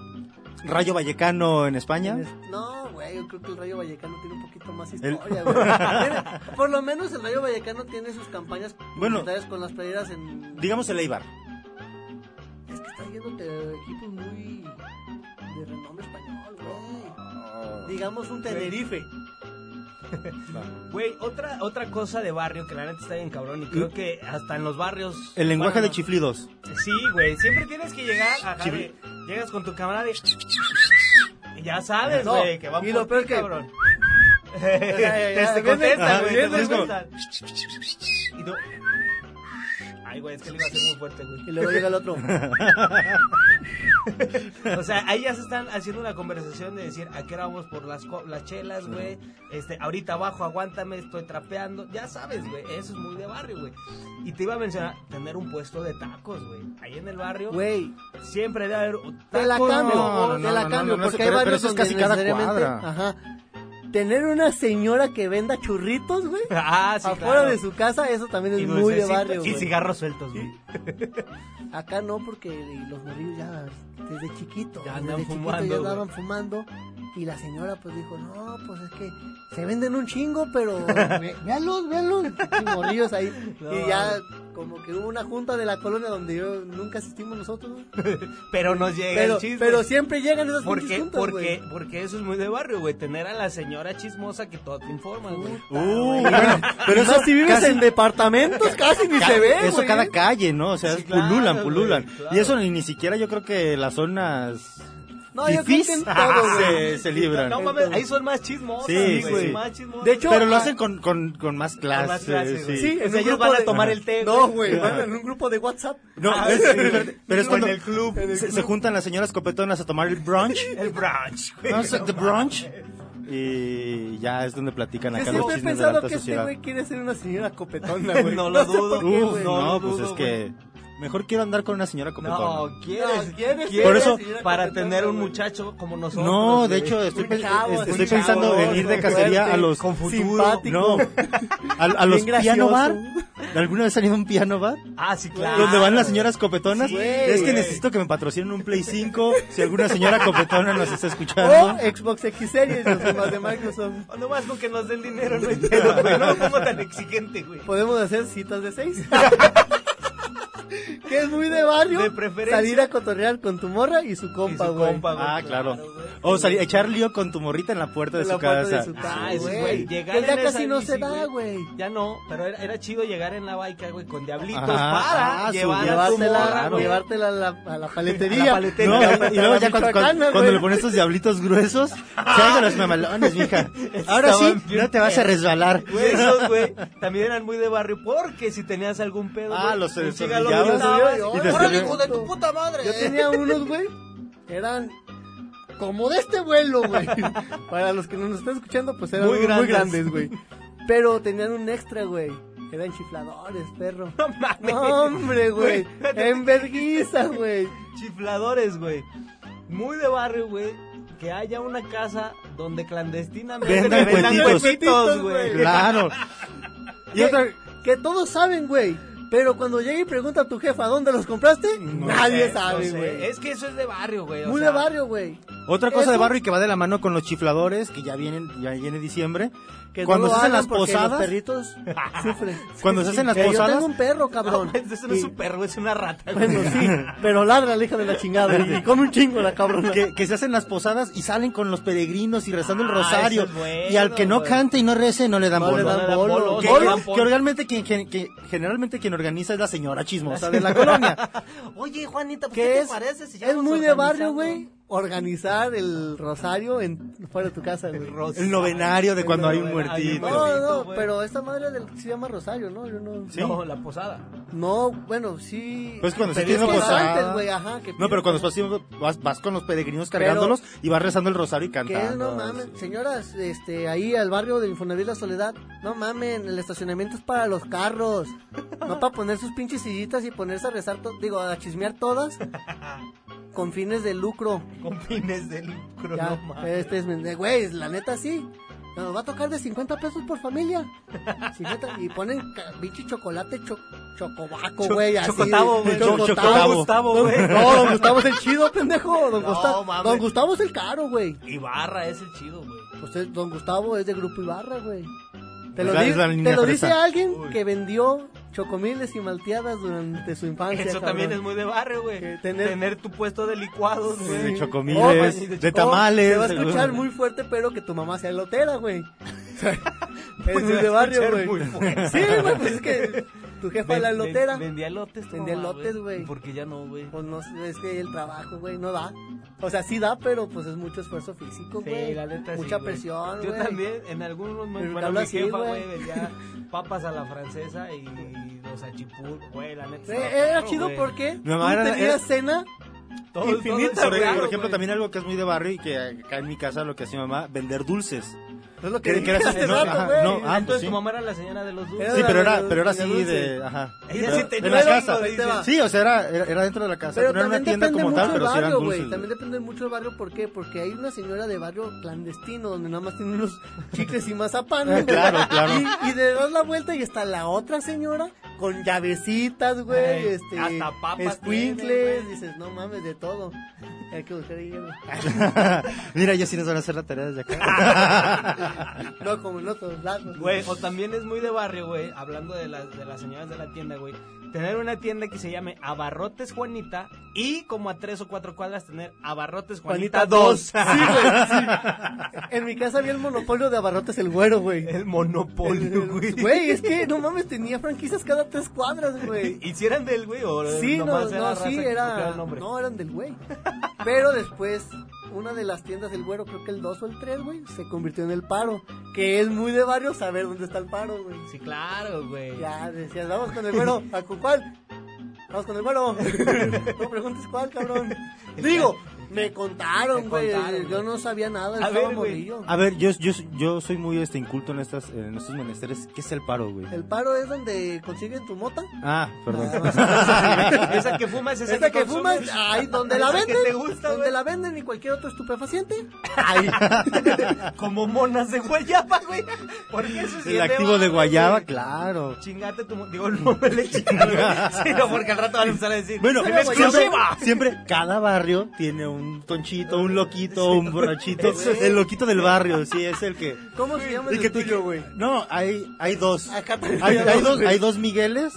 Rayo Vallecano en España. No, güey, yo creo que el Rayo Vallecano tiene un poquito más historia, güey. Tiene- Por lo menos el Rayo Vallecano tiene sus campañas Bueno. publicitarias con las playeras en... Digamos el Eibar. Es que estás yéndote a equipos muy... de renombre español, güey. Digamos un Tenerife. Güey, otra, otra cosa de barrio que la neta está bien cabrón. Y creo que hasta en los barrios. El lenguaje bueno, de chiflidos. Sí, güey, siempre tienes que llegar a Javi. Llegas con tu cámara de. Y ya sabes, No, güey, que va y lo por peor ti, que- cabrón. [LAUGHS] ya, Te- ya, Te viene- ajá, contestan, güey, te viene, es como- contestan. Y tú. Ay, güey, es que le iba a hacer muy fuerte, güey. Y luego llega el otro. O sea, ahí ya se están haciendo una conversación de decir, ¿a qué hora vamos por las, co- las chelas, güey? Este, ahorita abajo, aguántame, estoy trapeando. Ya sabes, güey, eso es muy de barrio, güey. Y te iba a mencionar, tener un puesto de tacos, güey. Ahí en el barrio, Güey, siempre debe haber un Te la tacos, cambio, no, no, te la no, cambio, no, no, porque pero- hay pero barrios eso es donde casi cada necesariamente- cuadra. Ajá. Tener una señora que venda churritos, güey. Ah, sí, afuera claro. de su casa, eso también es Y muy de dulcecitos barrio, Y güey. cigarros sueltos, güey. Acá no, porque los morrillos ya desde chiquito, Ya andan desde chiquito fumando, ya güey. andaban fumando. Y la señora pues dijo, no, pues es que se venden un chingo, [LAUGHS] pero ve- véanlos, véanlos, y morrillos ahí. No, y ya como que hubo una junta de la colonia donde yo nunca asistimos nosotros, güey. Pero nos llega pero, el chiste. pero siempre llegan esas ¿Por pinches qué? juntas, porque, güey. porque eso es muy de barrio, güey. Tener a la señora chismosa que todo te informa, güey. Uh, bueno, pero Y eso más si vives casi- en departamentos, casi ni ca- se ve, Eso güey. cada calle, ¿no? O sea, Sí, claro, pululan, güey, pululan. claro. Y eso ni, ni siquiera yo creo que las zonas No, yo creo que en fifís todo, Ah, güey. Ah, se, se libran. No mames, ahí son más chismosas, Sí, güey. güey. Más chismosas. De hecho, pero lo ah, hacen con, con, con más clase. más clase, güey. sí. Sí, en o un sea, ellos grupo van a de- tomar el té, No, güey. güey, van en un grupo de WhatsApp. No, Ah, [LAUGHS] es- sí. pero es O cuando en el club. Se, se juntan las señoras copetonas a tomar [LAUGHS] el brunch. El brunch, güey. ¿no? Es the brunch. Y ya es donde platican Yo acá los siempre he chismes de la pensado alta que este sociedad. güey quiere ser una señora [LAUGHS] copetona, güey. No lo sé dudo. por qué, Uf, güey. no, no, lo pues dudo, es que mejor quiero andar con una señora No, copetona. quieres, No, quieres, quieres Por eso- para Copetona, tener un güey. muchacho como No, nosotros. de güey. hecho estoy, Un pe- chavo, estoy un pensando chavo, en ir de con cacería fuerte, a los con futuro. [LAUGHS] No, a, a los Bien piano bar. gracioso. ¿Alguna vez han ido a un piano bar? Ah, sí, claro. Donde van las señoras copetonas. Sí, es que güey. necesito que me patrocinen un Play 5. Si alguna señora copetona nos está O Oh. escuchando. Xbox X Series, los demás de Microsoft. O nomás con que nos den dinero, no hay pedo, güey. No como tan exigente, güey. Podemos hacer citas de seis. [LAUGHS] que es muy de barrio. De preferencia. Salir a cotorrear con tu morra y su Y su compa, güey. compa, güey. Ah, claro. güey. O salir, echar lío con tu morrita en la puerta de, En su, la puerta casa. de su casa. Ah, eso, güey. güey. Que Llegar ya en casi esa no se bici, da, güey. Ya no, pero era, era chido llegar en la baica, güey, con diablitos Ajá, para ah, su- llevar a tu Llevártela, morra, güey. llevártela a la, a la paletería. A la paletería. No, Venga, y luego ya cuando, Michoacana, cuando- güey. cuando le pones estos diablitos gruesos, se hagan los mamalones, [LAUGHS] mija. Ahora sí, Estaban bien no te vas a resbalar. Güey, esos, güey, también eran muy de barrio porque si tenías algún pedo, Ah, güey, los un cigarro destornillabas. lo gritabas, Y ¡Órale, destornillabas. hijo de tu puta madre! Yo tenía unos, güey. Eran como de este vuelo, güey. Para los que nos están escuchando, pues eran Muy muy, muy grandes. grandes, güey. Pero tenían un extra, güey. Eran chifladores, perro. [LAUGHS] No mames. No, hombre, güey. Güey, En vergüenza, güey. Chifladores, güey. Muy de barrio, güey. Que haya una casa donde clandestinamente Vendan te vendan cuetitos. cuetitos, güey. Claro. Y otra, Que todos saben, güey. Pero cuando llega y pregunta a tu jefa, ¿dónde los compraste? Nadie sé, sabe, no sé. güey. Es que eso es de barrio, güey. o Muy sea, de barrio, güey. otra cosa de Eso- barrio que va de la mano con los chifladores, que ya vienen, ya viene diciembre. Que cuando no lo se hacen hagan las porque posadas, Los [LAUGHS] perritos sufren. Cuando se hacen las Eh, Yo posadas- pues, tengo un perro, cabrón. [LAUGHS] Esto no Y- es un perro, es una rata, [LAUGHS] güey. Bueno, sí, pero ladra la hija de la chingada y come un chingo la cabrona. que, que se hacen las posadas y salen con los peregrinos y rezando Ah, el rosario. eso es bueno, y al que no güey. cante y no rece, no le dan No le bola. dan bolo. Que, no le que- dan bolo. que generalmente, quien, quien- que generalmente quien organiza es la señora chismosa de la colonia. Oye, Juanita, pues, que ¿qué es, te parece si ya es vamos muy de barrio, organizando? güey, organizar el rosario en, fuera de tu casa, güey. Rosario. El novenario de cuando hay un novenario, muertito. No, no, güey. pero esta madre del, se llama rosario, ¿no? Yo no, Sí. No, la posada. no, bueno, sí. Pues cuando se Pero tiene es que posada. antes, güey, ajá, que No, piden- pero cuando estás haciendo- vas, vas con los peregrinos cargándolos y vas rezando el rosario y Que es, cantando. no mames, así. señoras, este, ahí al barrio de Infonavit La Soledad, no mamen, el estacionamiento es para los carros, no para poner sus pinches sillitas y ponerse a rezar, to- digo, a chismear [LAUGHS] todas con fines de lucro. Con fines de lucro, Ya, no mames. este es, mi- güey, la neta sí. Nos va a tocar de 50 pesos por familia. 50, y ponen ca- pinche chocolate cho- chocobaco, güey. así. chocotavo, güey. Chocotavo. Chocotavo. Gustavo, Don- güey. No, don Gustavo es el chido, pendejo. Don, No, Gusta- mames. don Gustavo es el caro, güey. [LAUGHS] Ibarra es el chido, güey. Usted, don Gustavo es de Grupo Ibarra, güey. Pues Te lo, Es la- di- es la te línea lo fresa. dice alguien Uy. que vendió chocomiles y malteadas durante su infancia. Eso Ah, cabrón. también es muy de barrio, güey. Que Tener... tener- tu puesto de licuados, güey. De chocomiles, Oh, güey, de, de choco- tamales. Te va a seguro. [LAUGHS] escuchar muy fuerte, pero que tu mamá sea lotera, güey. Pues Te va es muy a de barrio, escuchar güey. muy fuerte. Sí, güey, pues es que tu jefa Ven- la ven- lotera. Vendía lotes, tu Vendía mamá, elotes, güey. Porque ya no, güey. Pues no, es que el trabajo, güey, no da. O sea, sí da, pero pues es mucho esfuerzo físico, güey. Sí, la neta sí, Mucha güey. presión, güey. Yo también, en algunos momentos, Pero bueno, habla mi así, jefa, güey. güey, vendía papas a la francesa y, los achipur, güey, la neta. Sí, estaba Eh, Era perro, chido güey. porque Mi mamá tú era- tenías era- cena Todo- todo infinita, eso, Por, güey. por ejemplo, también algo que es muy de barrio y que acá en mi casa lo que hacía mi mamá, vender dulces. Es lo que Que- que era- dijiste este hace no, rato, ajá, güey. no, ah, Entonces pues sí. tu mamá era la señora de los dulces. Sí, pero era, la- pero era la así dulce. de. Ajá. Ella Pero- sí tenía en las algo, casas. dice. Sí, o sea, era, era, era dentro de la casa. Pero no era una también tienda depende como mucho tal, el pero sí eran barrio, dulces. güey. También depende mucho el barrio, ¿por qué? Porque hay una señora de barrio clandestino donde nada más tiene unos chicles y [LAUGHS] mazapán. güey. Claro, claro. Y, y le das la vuelta y está la otra señora con llavecitas, güey. Ay, Este, hasta papas tiene, Escuincles. güey. Dices, no mames, de todo. Hay que buscar ahí algo. [LAUGHS] Mira, ellos sí nos van a hacer la tarea desde [LAUGHS] acá. No, como en otros lados. Güey, o también es muy de barrio, güey, hablando de las, de las señoras de la tienda, güey. Tener una tienda que se llame Abarrotes Juanita y como a tres o cuatro cuadras tener Abarrotes Juanita, 2. dos. Sí, güey. sí. En mi casa había el monopolio de abarrotes el güero, [LAUGHS] güey. El monopolio, güey. [LAUGHS] Güey, es que no mames, tenía franquicias cada tres cuadras, güey. ¿Y si eran del güey o Sí, no, nomás no, raza sí, que escogió era. el nombre? No, eran del güey. Pero después, una de las tiendas del güero, creo que el 2 o el 3, güey, se convirtió en el paro. Que es muy de barrio saber dónde está el paro, güey. Sí, claro, güey. Ya decías, vamos con [LAUGHS] el güero, ¿a cu- cuál? Vamos con el güero. No preguntes cuál, cabrón. Digo, me Te contaron, güey. contaron, Yo güey. no sabía nada, A estaba ver, güey. morrillo. A ver, yo, yo, yo soy muy este inculto en estas en estos menesteres. ¿Qué es el paro, güey? El paro es donde consiguen tu mota. Ah, perdón. [LAUGHS] Esa que fumas, esa, Esa que consumes. fumas, ay, [LAUGHS] donde la Esa venden, que te gusta, donde güey. la venden y cualquier otro estupefaciente. [LAUGHS] Como monas de guayaba, güey. Porque eso sí [LAUGHS] el es activo de barrio, guayaba, güey. claro. Chingate tu. mo- Digo, no me le [LAUGHS] chingas. Sino porque al rato van a empezar a decir. Bueno, ¡En siempre, exclusiva! siempre cada barrio tiene un tonchito, un loquito, un [LAUGHS] borrachito. Eso es. El loquito del barrio, sí, es el que... ¿Cómo se llama el el, que- tuyo, güey? Ah, No, hay, hay dos. Acá te- Hay, hay dos, hay dos Migueles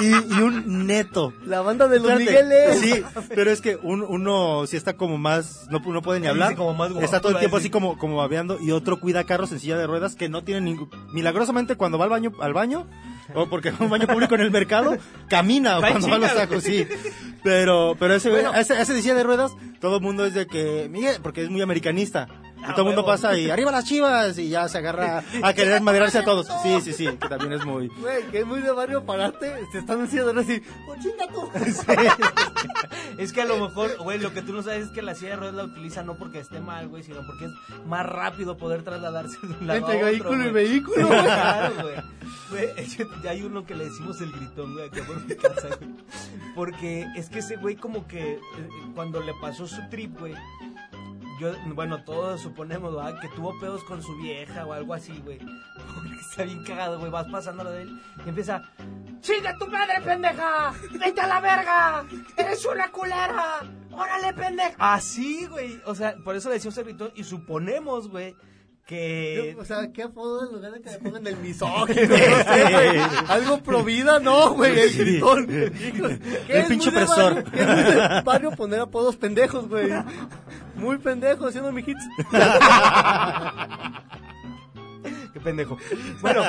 y, y un neto. La banda de los Espérate, Migueles. Sí, pero es que un- uno sí está como más, no, pu- no puede ni Sí, hablar. sí, como más guapo, está todo el iba a tiempo decir. así como, como babeando y otro cuida carros en silla de ruedas que no tiene ningún... Milagrosamente cuando va al baño, al baño, o porque va a un baño público en el mercado, camina o Va en cuando va a los chinga, tacos, sí. Pero, pero ese, güey- Bueno. ese, ese de silla de ruedas, todo el mundo es de que, Miguel, porque es muy americanista. Y Ah, todo el mundo huevo. pasa y arriba las chivas y ya se agarra a querer maderarse a todos. Sí, sí, sí, que también es muy... Güey, que es muy de barrio pararte. Se están haciendo así. ¡Oh, chinga tú! Es que a lo mejor, güey, lo que tú no sabes es que la silla de ruedas la utiliza no porque esté mal, güey, sino porque es más rápido poder trasladarse de un lado Entre a otro, vehículo y güey. vehículo, güey. Claro, güey. Güey, yo- ya hay uno que le decimos el gritón, güey, acá por mi casa, güey. Porque es que ese güey como que eh, cuando le pasó su trip, güey, yo, bueno, todos suponemos, ¿verdad? Que tuvo pedos con su vieja o algo así, güey. Porque está bien cagado, güey. Vas pasándolo de él y empieza... ¡Chinga tu madre, pendeja! ¡Vete a la verga! ¡Eres una culera! ¡Órale, pendeja! Así, güey. O sea, por eso le decimos el gritón y suponemos, güey, que... O sea, ¿qué apodo en lugar de que le pongan el misógino? No sé, güey. Algo pro vida, no, güey. El Sí. gritón. Híjole, que El es pinche muy de opresor. barrio- que es muy de barrio poner apodos pendejos, güey. Muy pendejos, haciendo mi hits. ¡Qué pendejo! Bueno,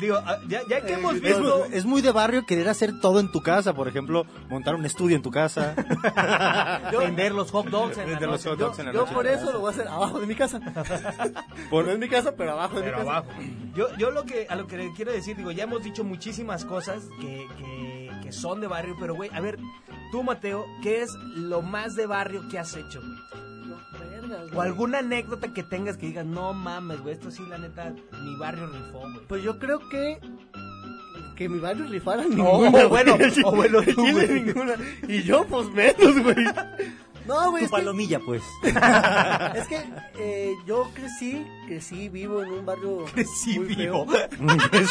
digo, ah, ya, ya que hemos Es, visto... es muy de barrio querer hacer todo en tu casa, por ejemplo, montar un estudio en tu [LAUGHS] casa. Vender los hot dogs en la Vender los noche. hot Yo, dogs en la yo noche. por eso lo voy a hacer abajo de mi casa. Por- No en mi casa, pero abajo de Pero mi casa. abajo. Yo, yo lo que, a lo que le quiero decir, digo, ya hemos dicho muchísimas cosas que, que, que son de barrio, pero güey, a ver, tú Mateo, ¿qué es lo más de barrio que has hecho, güey? No, vergas, O güey. alguna anécdota que tengas que digas, no mames, güey, esto sí, la neta, mi barrio rifó, güey. Pues yo creo que. Que mi barrio rifara O, ninguna. o güey. [LAUGHS] bueno, o bueno tú, Chile, güey. ninguna. Y yo, pues menos, güey. No, güey. Tu Es que, palomilla, pues. [LAUGHS] es que eh, yo crecí, crecí vivo en un barrio. Sí, muy vivo. feo. [LAUGHS]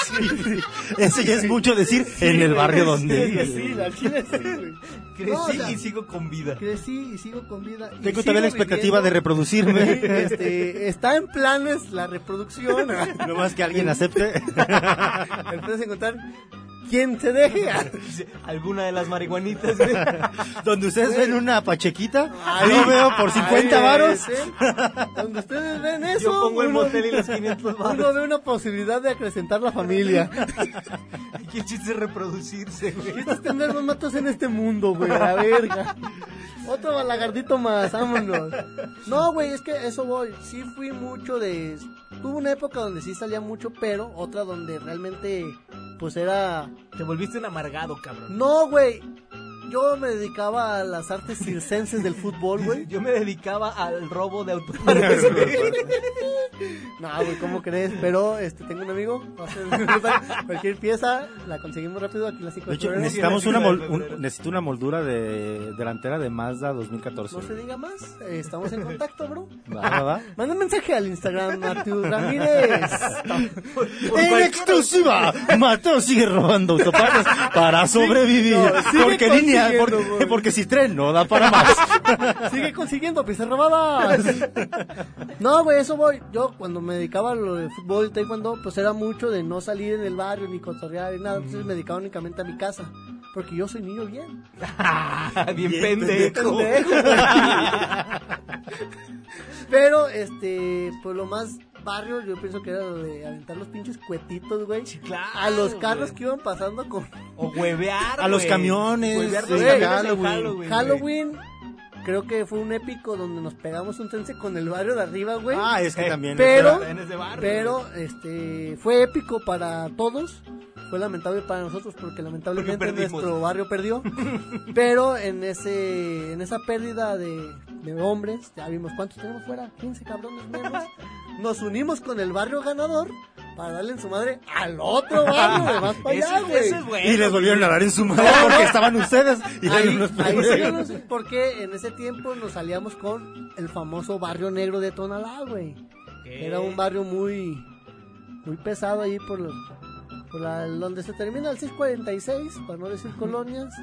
Sí, sí. Ese ya es mucho decir en el barrio donde Sí, vives. sí, al chile sí, güey. Crecí No, o sea, y sigo con vida. Crecí y sigo con vida. y Tengo sigo todavía la expectativa de viviendo. reproducirme. Este, está en planes la reproducción. No más que alguien [LAUGHS] acepte. Entonces encontrar quién se deje. [LAUGHS] Alguna de las marihuanitas, güey. Donde ustedes ven una pachequita, Ahí. yo veo por 50 Ahí, varos. ¿sí? Donde ustedes ven eso. Yo pongo el uno- motel y los 500 baros. Uno ve una posibilidad de acrecentar la familia. Qué chiste es reproducirse, güey. Quieres tener más matos en este mundo, güey, a la verga. Otro balagardito más, vámonos. No, güey, es que eso voy. Sí fui mucho de... Tuve una época donde sí salía mucho, pero otra donde realmente, pues era... Te volviste un amargado, cabrón. No, güey. yo me dedicaba a las artes circenses del fútbol, güey. Yo me dedicaba al robo de [LAUGHS] autores. No, güey, ¿cómo crees? Pero este, tengo un amigo. va a ser- [LAUGHS] Cualquier pieza la conseguimos rápido aquí en las 5 De de hecho, febrero. necesitamos sí, una, sí, mol- sí, un- sí. necesito una moldura de delantera de Mazda 2014. No se diga más. eh, Estamos en contacto, bro. Va, va, va. Manda un mensaje al Instagram, Matthew Ramírez. En exclusiva, Mateo sigue robando autopartes para sobrevivir. no, sigue porque línea, consiguiendo, porque, güey. porque si tren no da para más. Sigue consiguiendo piezas robadas. No, güey, eso voy. Yo cuando me dedicaba a lo de fútbol y taekwondo, pues era mucho de no salir en el barrio ni cotorrear ni nada. Entonces me dedicaba únicamente a mi casa. Porque yo soy niño bien. Bien Bien pendejo. pendejo, güey. Pero, este, pues lo más barrio, yo pienso que era lo de aventar los pinches cuetitos, güey. claro, a los güey. carros que iban pasando con O huevear. A los güey. camiones, Huevear los sí, camiones en Halloween. Halloween. güey. Halloween. Creo que fue un épico donde nos pegamos un tense con el barrio de arriba, güey. Ah, es que también. pero- En ese barrio, Pero este fue épico para todos. Fue lamentable para nosotros porque lamentablemente Porque perdimos. nuestro [LAUGHS] barrio perdió. pero en ese en esa pérdida de, de hombres, ya vimos cuántos tenemos fuera, 15 cabrones [LAUGHS] menos. Nos unimos con el barrio ganador para darle en su madre al otro barrio de más [LAUGHS] para Eso- allá, güey. eso es bueno. Y les volvieron a dar en su madre porque estaban ustedes. Y Ahí, los ahí sí yo no sé por qué en ese tiempo nos salíamos con el famoso barrio negro de Tonalá, güey. ¿Qué? Era un barrio muy muy pesado ahí por los por la, donde se termina el 646, para no decir colonias.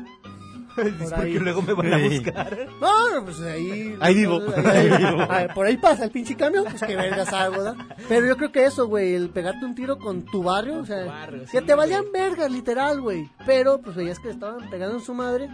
Por Porque ahí. luego me van a Sí. buscar. No, pues ahí. Ahí vivo. ahí- [LAUGHS] Ahí vivo. ahí- por ahí pasa el pinche camión, pues que vergas algo, ¿verdad? Pero yo creo que eso, güey, el pegarte un tiro con tu barrio, o sea, tu barrio, que sí, te güey. valían vergas, literal, güey. Pero pues veías que estaban pegando en su madre,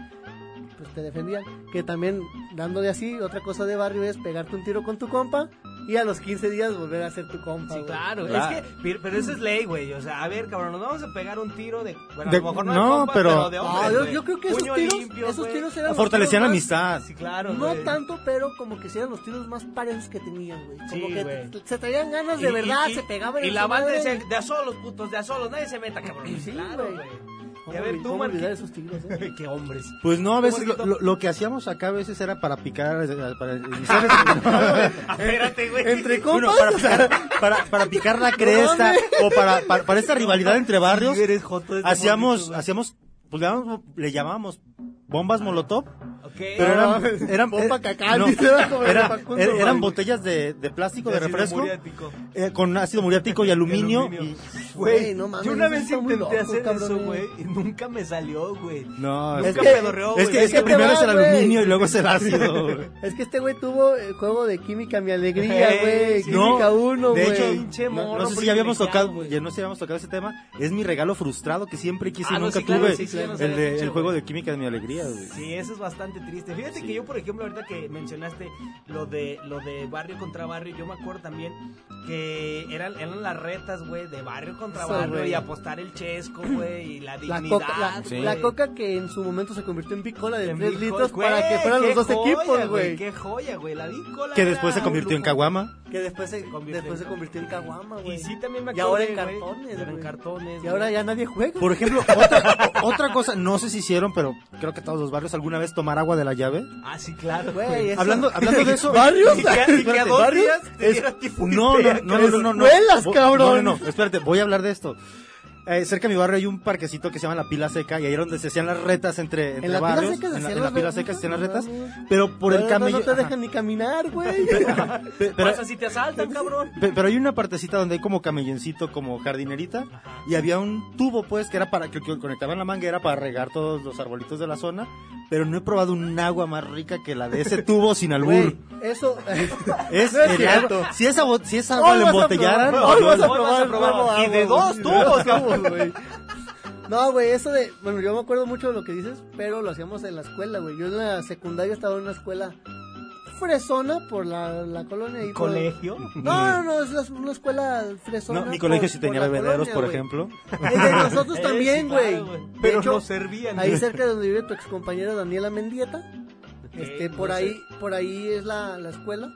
pues te defendían. Que también, dándole así, otra cosa de barrio es pegarte un tiro con tu compa y a los 15 días volver a ser tu compa. Sí, güey. claro. Claro. Es que, pero- pero eso es ley, güey. O sea, a ver, cabrón, nos vamos a pegar un tiro de. Bueno, a De- lo mejor no, de no, compas, pero- de No, hombres, Ah, yo, güey. yo creo que esos Puño tiros, limpio, esos güey. tiros eran los Fortalecían la tiros más- amistad. Sí, claro. No güey. tanto, pero como que sí eran los tiros más parejos que tenían, güey. Como Sí, que güey. t- se traían ganas de Y- verdad, y- y- se pegaban Y en la su banda madre. decía, de a solos, putos, de a solos, nadie se meta, cabrón. Sí, claro, güey. güey. Y ¿Cómo a olvi- ver, tú, cómo olvidar Marquito. esos [LAUGHS] tiros, eh? Qué hombres. Pues no, a veces lo, Marquito. lo- lo que hacíamos acá a veces era para picar, eh, para iniciar ese- Espérate, güey. entre compas, para, picar, para, para picar la cresta o para, para, para esta rivalidad entre barrios, Sí, eres joto desde hacíamos, Este morrito, güey. hacíamos, pues, le llamábamos, le llamábamos bombas molotov, Ok. Ah, pero eran, mames. eran, Bomba eh, cacán, no, dice, era como era- de Facundo, er- eran güey. botellas de, de plástico, de ácido refresco, muriático. eh, con ácido muriático y aluminio, aluminio. y- Güey, Güey, no mames, yo una eso vez está muy intenté loco, hacer cabrón, eso, eh. güey, y nunca me salió, güey. no, Nunca es que, pedorreó, es güey. que, es que Ahí te primero va, es el güey. aluminio y luego es el ácido, güey. Es que este güey tuvo el juego de química, mi alegría, Ey, güey. Eh, sí. Química 1, de güey. hecho, Pinche no, morro no sé si ya habíamos privilegiado, tocado, güey. ya no sé si habíamos tocado ese tema. Es mi regalo frustrado que siempre quise y Ah, no, nunca sí, claro, tuve. sí, sí, ya nos el, habías de- dicho, el juego güey. de química de mi alegría, güey. Sí, eso es bastante triste. Fíjate que yo, por ejemplo, ahorita que mencionaste lo de lo de barrio contra barrio, yo me acuerdo también que eran, eran las retas, güey, de barrio contra Eso, barrio güey. y apostar el [CLEARS THROAT] chesco, güey, y la La dignidad. coca, la, güey. la coca que en su momento se convirtió en bicola de En 3 Bitcoin, litros güey, para que fueran qué los dos joya, equipos, güey. Qué joya, güey, la bicola. Que era después se un convirtió en lujo. caguama. Que después se, Convirtió después en- se convirtió en caguama, güey. Y sí, también me Y acuerdo. ahora en cartones, Ahora en güey. cartones. Y ahora güey. ya nadie juega. Por ejemplo, otra, otra cosa, no sé si hicieron, pero creo que todos los barrios alguna vez tomar agua de la llave. Ah, sí, claro. Güey, eso- Hablando, [LAUGHS] hablando de eso. [LAUGHS] ¿Varios? Y que a- y que a Espérate, dos ¿varios? días te [LAUGHS] Es- diera tifoidea, No, no, no, no, no, no, no. Vuelas, Vo- cabrón. No, no, no, espérate, voy a hablar de esto. Eh, cerca de mi barrio hay un parquecito que se llama La Pila Seca y ahí era donde se hacían las retas entre, entre en la pila barrios. seca se en, la, hacían en la los Pila retos, Seca se hacían las no retas, mames. pero por el Ahora camello... No te ajá. dejan ni caminar, [LAUGHS] güey. Pe- pero- Pasa si te asaltan, cabrón. Pe- Pero hay una partecita donde hay como camelloncito, como jardinerita, y había un tubo, pues, que era para que, que conectaban la manguera para regar todos los arbolitos de la zona. Pero no he probado un agua más rica que la de ese [LAUGHS] tubo sin albur. Güey, [LAUGHS] eso. [LAUGHS] Es, No es el cierto. agua- Si esa, bo- si esa agua Hoy la vas a embotellaran, probar, no, hoy yo vas la- a probar nuevo Y de agua, dos güey. tubos, cabrón. [LAUGHS] güey. No, güey, eso de. Bueno, yo me acuerdo mucho de lo que dices, pero lo hacíamos en la escuela, güey. Yo en la secundaria estaba en una escuela fresona por la, la colonia. ahí por- Colegio. No, no, no, es la- una escuela fresona. No, mi colegio sí si tenía bebederos, por ejemplo. El de nosotros [LAUGHS] Eh, también, sí, güey. claro, De Pero hecho, no servían. [LAUGHS] Ahí cerca de donde vive tu excompañera Este, Daniela Mendieta. Este, por ahí, por ahí es la, la escuela.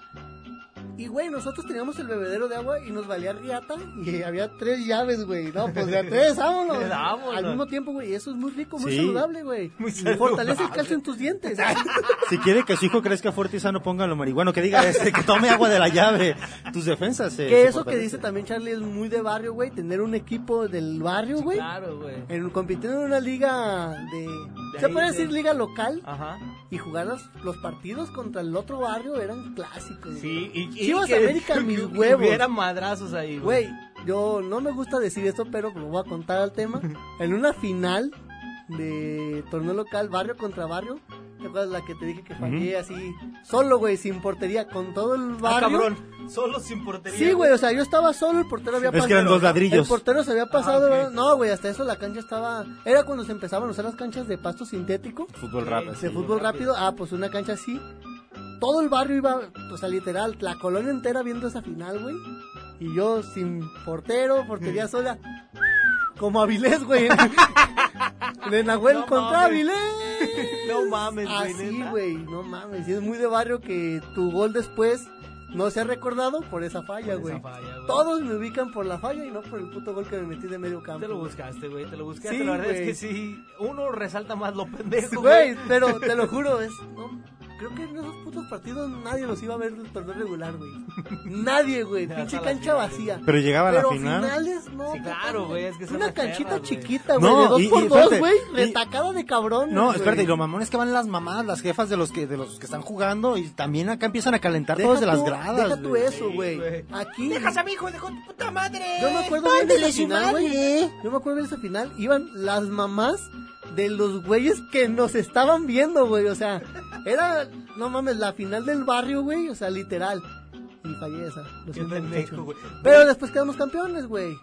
Y, güey, nosotros teníamos el bebedero de agua y nos valía riata y [LAUGHS] había tres llaves, güey. No, pues de a [LAUGHS] tres, vámonos. Le damos, Al ¿no? mismo tiempo, güey, eso es muy rico, muy Sí. saludable, güey. [LAUGHS] Muy Y Fortalece el saludable. calcio en tus dientes. [LAUGHS] Si quiere que su hijo crezca fuerte y sano, póngalo marihuano. Que diga este, que tome agua de la llave. Tus defensas. se- que se eso que fortalecen. dice también Charlie es muy de barrio, güey. Tener un equipo del barrio, güey. Claro, güey. En, compitiendo en una liga de... De se ahí, puede de- decir liga local Ajá. y jugar los, los partidos contra el otro barrio eran clásicos. Sí, y, y Chivas que- [LAUGHS] América, que- mis que huevos. Hubiera madrazos ahí, güey. Güey, yo no me gusta decir esto, pero lo voy a contar al [LAUGHS] tema. En una final de torneo local, barrio contra barrio, ¿te acuerdas la que te dije que fallé así? Solo, güey, sin portería, con todo el Ah, barrio. cabrón. Solo sin portería. Sí, güey, o sea, yo estaba solo, el portero había Es que pasado. eran dos ladrillos. El portero se había pasado. Ah, ok. No, güey, hasta eso la cancha estaba. Era cuando se empezaban a usar las canchas de pasto sintético, Fútbol rápido. de fútbol rápido. Ah, pues una cancha así. Todo el barrio iba, o sea, literal, la colonia entera viendo esa final, güey. Y yo sin portero, portería Mm. sola. Como [LAUGHS] Avilés, güey. Le Nahuel No contra mames. Avilés. No mames, güey. Así, neta. güey, no mames. Y es muy de barrio que tu gol después no se ha recordado por esa falla, Esa güey. falla, güey. Todos me ubican por la falla y no por el puto gol que me metí de medio campo. Te lo buscaste, güey. Te lo buscaste. Sí, la verdad güey. es que sí. Uno resalta más lo [LAUGHS] pendejo, Güey, [LAUGHS] pero te lo juro, es. no, creo que en esos putos partidos nadie los iba a ver del torneo regular, güey. Nadie, güey. Hasta Pinche las cancha finales. vacía. Pero llegaba a la Pero final. finales, no. Sí, puta, claro, güey, es que son Una las canchita perras, güey. chiquita, güey. de No, dos y- y por dos, espérate, güey. y- Retacada de cabrón. No, espérate, y lo mamón es que van las mamás, las jefas de los que de los que están jugando y también acá empiezan a calentar todos de las gradas. Deja tú güey. eso, Sí, güey. güey. Aquí. Déjase a mi hijo, dejó tu puta madre. Yo me acuerdo bien de esa final, güey. Yo me acuerdo bien de esa final. Iban las mamás de los güeyes que nos estaban viendo, güey. O sea, era, no mames, la final del barrio, güey. O sea, literal. Y fallé esa. Lo Qué siento pendejo, mucho. güey. Pero después quedamos campeones, güey.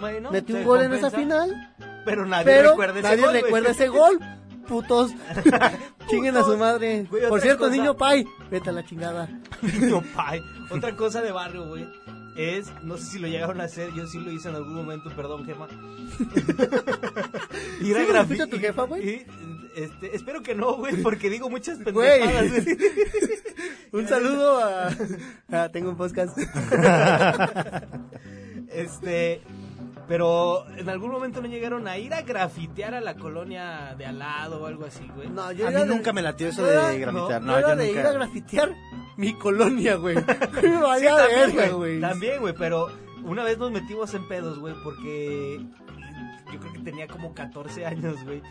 Bueno, Metí se un gol en esa compensa, final, Pero nadie pero recuerda ese nadie gol. güey. recuerda ese gol. [LAUGHS] Putos. Chinguen a su madre. Güey, Por otra cierto, cosa. niño Pai, vete a la chingada. Niño pai. Otra cosa de barrio, güey. Es, no sé si lo llegaron a hacer, yo sí lo hice en algún momento, perdón, jefa. Ir [LAUGHS] ¿Sí a me grafi- escucha tu y- jefa, güey? y, este, espero que no, güey, porque digo muchas Güey. pendejadas. güey. [LAUGHS] Un saludo a. a- tengo [LAUGHS] un podcast. Este, pero en algún momento no llegaron a ir a grafitear a la colonia de al lado o algo así, güey. No, yo A era mí de- nunca me latió eso yo era- de grafitear. No, No, era yo de nunca. ir a grafitear mi [LAUGHS] colonia, güey. Me Sí, valía también, verga, güey. güey. También, güey, pero una vez nos metimos en pedos, güey, porque yo creo que tenía como 14 años, güey.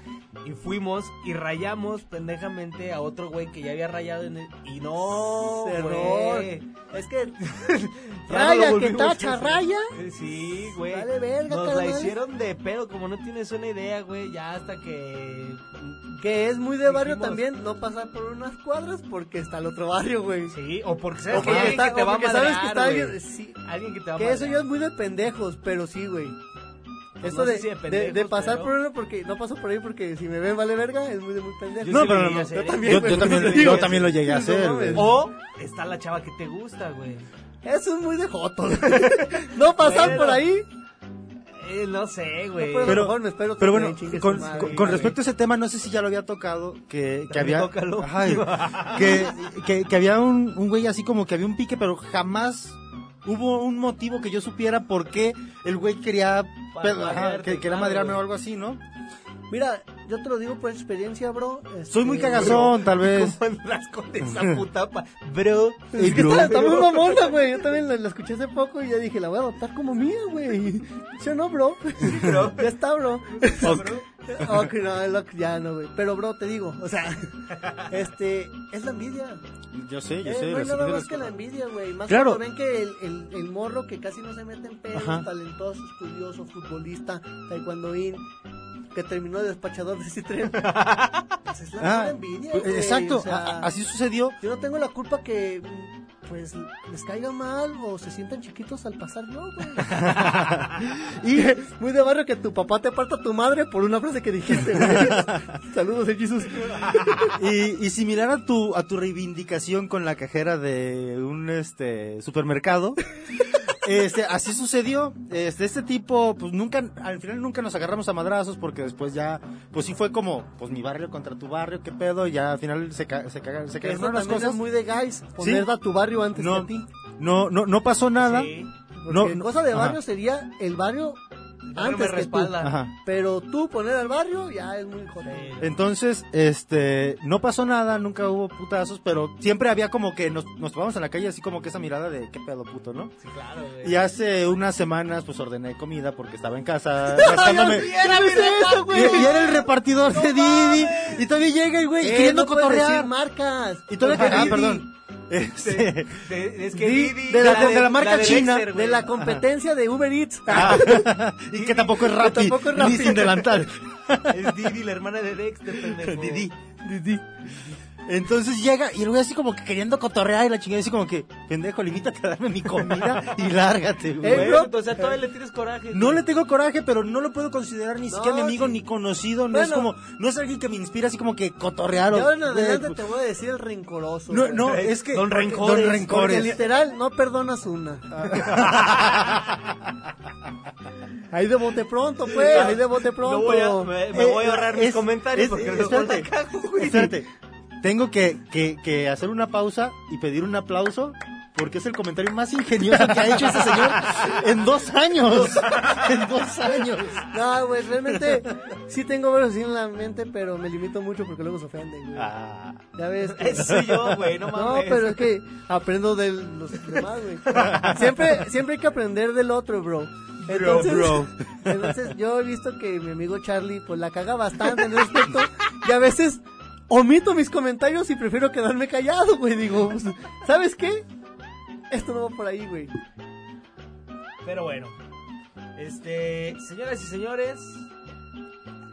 Y fuimos y rayamos pendejamente a otro güey que ya había rayado en el... Y no, Error. güey. Es que Ya no lo Raya, que volvimos a tacha, hacer. raya. Eh, Sí, güey. Vale verga, Nos la carnal. hicieron de pedo, como no tienes una idea, güey, ya hasta que... que es muy de barrio Dijimos- también no pasar por unas cuadras porque está el otro barrio, güey. Sí, o porque sabes O que hay porque alguien está- que te o va a porque sabes que madrear, está alguien- güey. sí. Alguien que te va a Que eso madrear. ya es muy de pendejos, pero sí, güey. Esto Pues No sé de, si de de- pendejos, de pasar pero- por uno porque no paso por ahí porque si me ven vale verga, es muy de muy pendejo. Yo No, sí lo pero llegué a no, hacer, yo ¿eh? también, güey, yo también, lo llegué a yo también lo hacer. llegué a Sí, no hacer. mames. güey. O está la chava que te gusta, güey. Eso es muy de joto. [LAUGHS] no pasar Bueno. por ahí. Eh, no sé, güey. puedo- pero, mejor me espero pero que bueno, chingue su con, madre, con- con güey. respecto a ese tema, no sé si ya lo había tocado, que, que También había, tócalo. [LAUGHS] Ay, que, que- que había un, un güey así como que había un pique, pero jamás hubo un motivo que yo supiera por qué el güey quería, Para pedo- ajá, madrearte, que, quería claro, madrearme o güey. algo así, ¿no? Mira, yo te lo digo por experiencia, bro. Soy muy este, [LAUGHS] cagazón, tal vez. ¿cómo andas [LAUGHS] con esa puta pa- Bro. Es que está, está muy mamona, güey. Yo también la, la escuché hace poco y ya dije, la voy a adoptar como mía, güey. ¿Sí o no, bro? bro. [LAUGHS] ya está, bro. Ok. Ok, no, lo- ya no, güey. Pero, bro, te digo, o sea, este, es la envidia. Yo sé, yo Eh, sé. no hay las- nada las- más que la envidia, güey. Más Claro. cuando ven que el, el, el morro que casi no se mete en pedos, Ajá. talentoso, estudioso, futbolista, taekwondoín, que terminó de despachador de Citren. pues es la Ah, pura envidia, pues, güey, exacto, o sea, a- a- así sucedió. Yo no tengo la culpa que, mm, pues, les caiga mal o se sientan chiquitos al pasar yo, [LAUGHS] güey. y es muy de barrio que tu papá te aparta a tu madre por una frase que dijiste, [LAUGHS] güey. Saludos, el Jesús. Y, y similar a tu, a tu reivindicación con la cajera de un este [LAUGHS] supermercado. Este, así sucedió. Este, este tipo, pues nunca, al final nunca nos agarramos a madrazos porque después ya, pues sí fue como, pues mi barrio contra tu barrio, qué pedo, ya al final se, ca- se, caga- se Que eso cagaron las también cosas. es muy de guys, poner a tu barrio antes que No, a ti. no, no, no pasó nada. Sí. No, Porque no, cosa de ajá. barrio sería el barrio Pero me antes que tú. respalda. Ajá. Pero tú poner al barrio ya es muy jodido. Entonces, este, no pasó nada, nunca hubo putazos, pero siempre había como que nos, nos tomamos en la calle así como que esa mirada de qué pedo puto, ¿no? Sí, claro, güey. Y hace unas semanas pues ordené comida porque estaba en [LAUGHS] casa Ay, rascándome. Dios, ya me hice eso, güey. Y, y era el repartidor de Didi. mames. Y todavía llega el güey Eh, queriendo no puedes decir cotorrear. marcas. Y todavía Ajá, Ah, Didi. perdón. Este, De- de- es que Di- Didi, de la- de la marca china, Dexter, güey. De la competencia de Uber Eats. [LAUGHS] ah, [LAUGHS] y que tampoco es Rappi. tampoco es Rappi. Ni sin [LAUGHS] delantal. Es Didi, la hermana de [LAUGHS] Dexter, pendejo. Didi. Didi. Entonces llega y el güey así como que queriendo cotorrear y la chingada así como que, pendejo, limítate a darme mi comida y lárgate, güey. Güey, Eh, bro. o sea, todavía le tienes coraje. No güey. le tengo coraje, pero no lo puedo considerar ni No, siquiera mi amigo sí. ni conocido. No es Bueno. como, no es alguien que me inspira así como que cotorrear Yo o. en güey, adelante pues, te voy a decir el rencoroso. No, güey. no, es que. Don porque- Rencores. Don Porque Rencores. literal no perdonas una. Ah. [LAUGHS] Ahí de bote pronto, pues. Ahí de bote pronto. No voy a, me, me Eh, voy a ahorrar mis es- comentarios es- porque es- los voy a espérate. cago, güey. pues, [LAUGHS] Espérate, tengo que, que- que hacer una pausa y pedir un aplauso porque es el comentario más ingenioso que ha hecho [LAUGHS] ese señor en dos años. en dos años. No, güey, realmente sí tengo varios así en la mente, pero me limito mucho porque luego se ofenden, güey. Ah, Ya ves. que- Eso soy yo, güey, [LAUGHS] no No, mames. pero es que aprendo de los demás, güey. Siempre, siempre hay que aprender del otro, bro. Entonces, bro. entonces yo he visto que mi amigo Charlie pues la caga bastante en ese aspecto y a veces omito mis comentarios y prefiero quedarme callado, güey. Digo, pues, ¿sabes qué? Esto no va por ahí, [LAUGHS] güey. Pero bueno. Este, señoras y señores.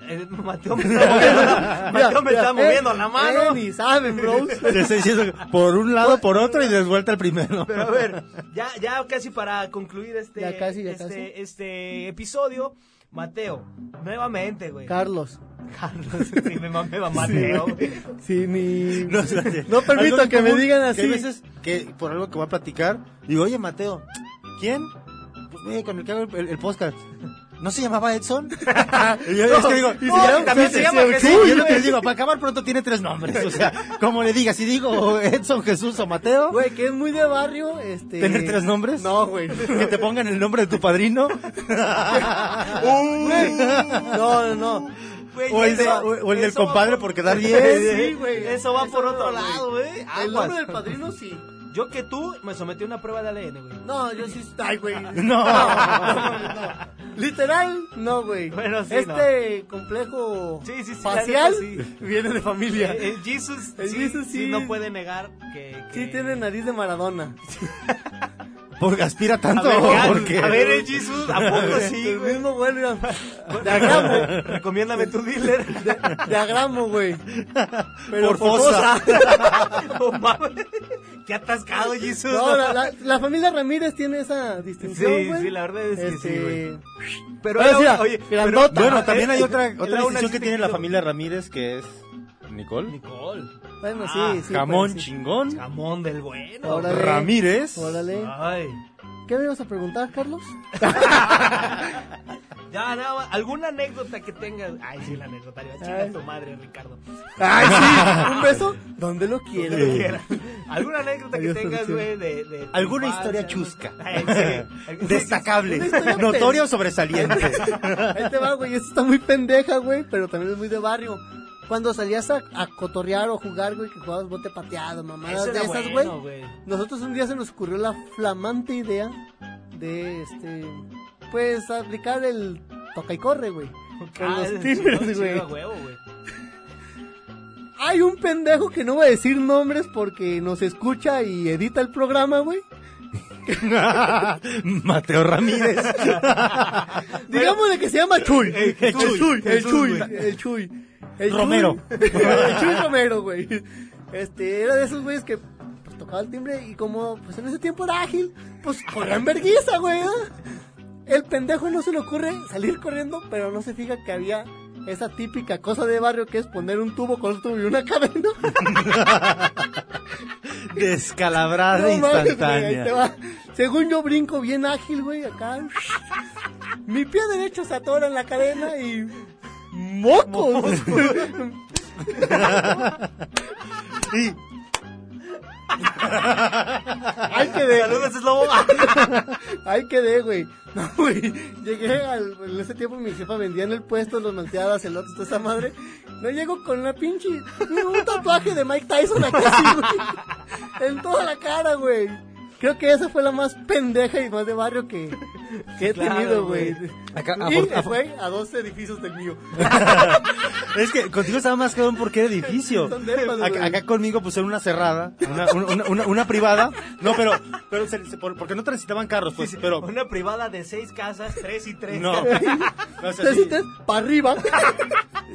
eh, Mateo me está moviendo, [LAUGHS] la- Mateo me está Eh, moviendo la mano. eh, ni saben, bros. Te estoy diciendo por un Pues, lado, por otro y desvuelta el primero. Pero a ver, ya, ya casi para concluir este, Ya casi, ya este, casi. este episodio, Mateo, nuevamente, güey. Carlos. Carlos, [LAUGHS] sí, me mame a Mateo. güey. Sí, mi... No, espérate. No permito Algo en que me común, digan Que así. hay veces que por algo que voy a platicar, digo, oye, Mateo, ¿quién? Pues, güey, con el que hago el, el- el podcast. ¿No se llamaba Edson? Y yo, es que digo, y se llama- también se llama sí, Jesús, yo lo que güey. les digo, para acabar pronto tiene tres nombres. O sea, como le diga, si digo Edson, Jesús o Mateo, Güey, que es muy de barrio, este... ¿tener tres nombres? No, güey. Que te pongan el nombre de tu padrino. Güey, No, no, no. Güey, o, el de- eso- o- o el del eso va compadre por- [LAUGHS] por quedar Sí, bien. güey. Eso va Eso por no, otro güey. lado, güey. El nombre Eh, Aguas. del padrino sí. Yo que tú me sometí a una prueba de ADN, [LAUGHS] güey. No, yo sí. Ay, güey. No. Literal, no, güey. Bueno, sí, este complejo Sí, sí, sí, facial la neta, sí. viene de familia. Eh, eh, Jesus, El sí, Jesus sí sí. no puede negar que... que- Sí, tiene nariz de Maradona. Porque aspira A tanto. ver, ya, porque... a ver, eh, el Jesus, ¿a poco [LAUGHS] sí, El güey? mismo güey, mira. De agramo, Recomiéndame, recomiéndame tu dealer. de agramo, güey. Pero Por fosa. [LAUGHS] No mames. Qué atascado, Jesus. No, la, la- la familia Ramírez tiene esa distinción, Sí, güey. Este, sí, la verdad es que sí, güey. Pero era una- oye, grandota. Bueno, también hay eh, otra, eh, otra era una decisión que tiene la distinción. familia Ramírez que es Nicole. Nicole. Bueno, sí, Ah, sí. Jamón pues, sí. chingón. Jamón del bueno. Ahora- Órale. Ramírez. [LAUGHS] Órale. Ay. ¿Qué me ibas a preguntar, Carlos? Ya, nada más, ¿Alguna anécdota que tengas? Ay, sí, la anécdota. le iba a chingar Ay. a tu madre, Ricardo. Ay, sí. [LAUGHS] Un beso donde lo Lo quiera. que quiera. ¿Alguna anécdota que Adiós, tengas, güey, producción. de, de tu Alguna infancia, historia ¿no? chusca. [LAUGHS] Ay, sí. Algún- Destacable. Una historia pen- Notoria o sobresaliente. [LAUGHS] Ahí te va, güey. Esta está muy pendeja, güey, pero también es muy de barrio. Cuando salías a, a cotorrear o jugar, güey, que jugabas bote pateado, Eso mamadas de era esas, güey. bueno, güey. Nosotros un día se nos ocurrió la flamante idea de, este, pues, aplicar el toca y corre, güey. Con Ah, los chido, timbres, chido, güey. a huevo, güey. Hay un pendejo que no voy a decir nombres porque nos escucha y edita el programa, güey. Mateo Ramírez. Digamos de que se llama Chuy. El El Chuy, Chuy, el el Chuy, Chuy, el Chuy. El Romero. Chuy, [LAUGHS] el Chuy Romero, güey. Este, era de esos güeyes que pues, tocaba el timbre y como pues en ese tiempo era ágil, pues corría en vergüenza, güey. ¿ah? El pendejo no se le ocurre salir corriendo, pero no se fija que había esa típica cosa de barrio que es poner un tubo con otro tubo y una [LAUGHS] cadena. Descalabrada No mames, güey, ahí te instantánea. va. Según yo brinco bien ágil, güey, acá. Mi pie derecho se atora en la cadena y. [LAUGHS] ¡Mocos! Y Ahí quedé. Saludos, es [LAUGHS] lobo. Ahí quedé, güey. [LAUGHS] No, güey. Llegué al. En ese tiempo mi jefa vendía en el puesto los manteadas, elotes, toda esa madre. No llego con una pinche. Un tatuaje de Mike Tyson acá, [LAUGHS] así, güey. En toda la cara, güey. Creo que esa fue la más pendeja y más de barrio que, que he Claro, tenido, güey. güey. Acá, Y afor- fue a dos edificios del mío. Es que contigo estaba más cabrón porque era edificio. Son depas, güey. Acá, acá conmigo pues era una cerrada, una, una- una- una privada. No, pero, pero se- se- por- porque no transitaban carros, pues, pero... Una privada de seis casas, tres y tres. No, [LAUGHS] No, o sea, Te sí, sientes para arriba.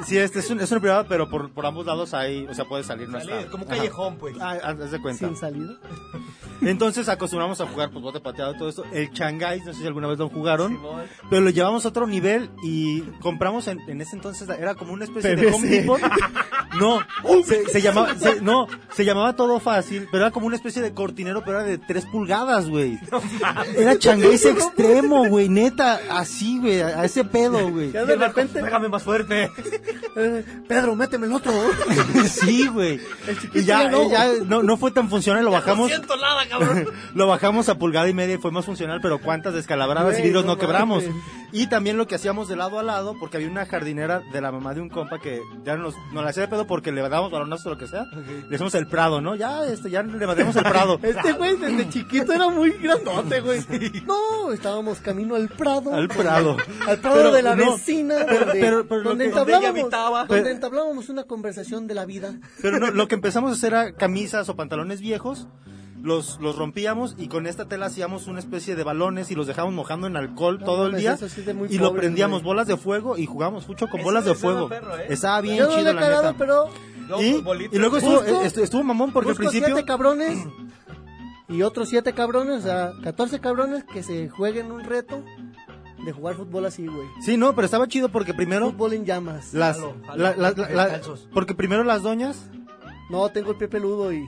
sí, este es, un- es una privada, pero por, por ambos lados ahí, o sea, puedes salir, no Sale está. como un Ajá. callejón, pues. Ah, haz haz de cuenta. Sin salida. Entonces acostumbramos a jugar pues bote pateado todo esto. El Changáis, no sé si alguna vez lo jugaron, Simón. pero lo llevamos a otro nivel y compramos en, en ese entonces era como una especie de PVC. Home Depot. No, se, se llamaba se- no, se llamaba todo fácil, pero era como una especie de cortinero, pero era de tres pulgadas, güey. Era Changáis extremo, güey, neta, así, güey, a a ese pedo, güey. Ya Y de el barco, repente. Pégame más fuerte. eh, Pedro, méteme el otro. Sí, güey. chiquito Y ya, no. eh, ya no, no fue tan funcional, lo bajamos. No siento nada, [LAUGHS] cabrón. Lo bajamos a pulgada y media y fue más funcional, pero cuántas descalabradas Güey, y vidrios no no, quebramos. mames. Y también lo que hacíamos de lado a lado, porque había una jardinera de la mamá de un compa que ya nos, nos la hacía de pedo porque le dábamos balonazos o lo que sea. Le decimos el Prado, ¿no? Ya, este, ya le mandamos [LAUGHS] el Prado. Este güey desde chiquito era muy grandote, güey. No, estábamos camino al Prado. Al Prado. [LAUGHS] Al Prado Pero de la no, vecina. pero- donde, pero- pero lo donde que- donde ella entablábamos, habitaba. donde Pero- entablábamos una conversación de la vida. Pero no, lo que empezamos a hacer era camisas o pantalones viejos, los, los rompíamos y con esta tela hacíamos una especie de balones y los dejábamos mojando en alcohol No todo el mames, día. eso sí es de muy y lo pobres, prendíamos güey. bolas de fuego y jugábamos mucho con Eso bolas de estaba fuego. perro, ¿eh? Estaba bien Yo no le chido, he la cagado, neta. pero Yo, Y, futbolito. y luego estuvo, Justo. est- estuvo mamón porque al busco principio. siete cabrones y otros siete cabrones, o sea, 14 cabrones que se jueguen un reto de jugar fútbol así, güey. Sí, no, pero estaba chido porque primero. Fútbol en llamas. Las, Jalo, jalo, la- la- la- la- descalzos. porque primero [LAUGHS] las doñas. No, tengo el pie peludo y...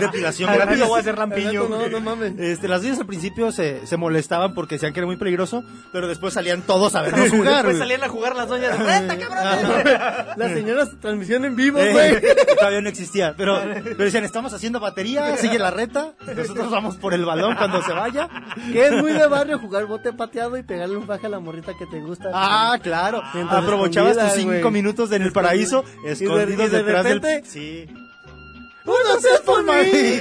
Depilación Al rato gratis. voy a hacer Al rampiño. rato No, no mames. [LAUGHS] [LAUGHS] Este, las doñas al principio se, se molestaban porque decían que era muy peligroso, pero después salían todos a vernos Después jugar. güey. Ah. salían a jugar las doñas. ¡Reta, cabrón! Las señoras transmisión en vivo, Eh, güey. todavía no existía, pero, pero decían, estamos haciendo batería, sigue la reta, nosotros vamos por el balón cuando se vaya. Que es muy de barrio jugar bote pateado y pegarle un baje a la morrita que te gusta. Ah, claro, Mientras aprovechabas tus escondidas, cinco güey. minutos en el paraíso, Y de- y escondidos de detrás del... [LAUGHS] repente- Sí. ¡Uno se por mí!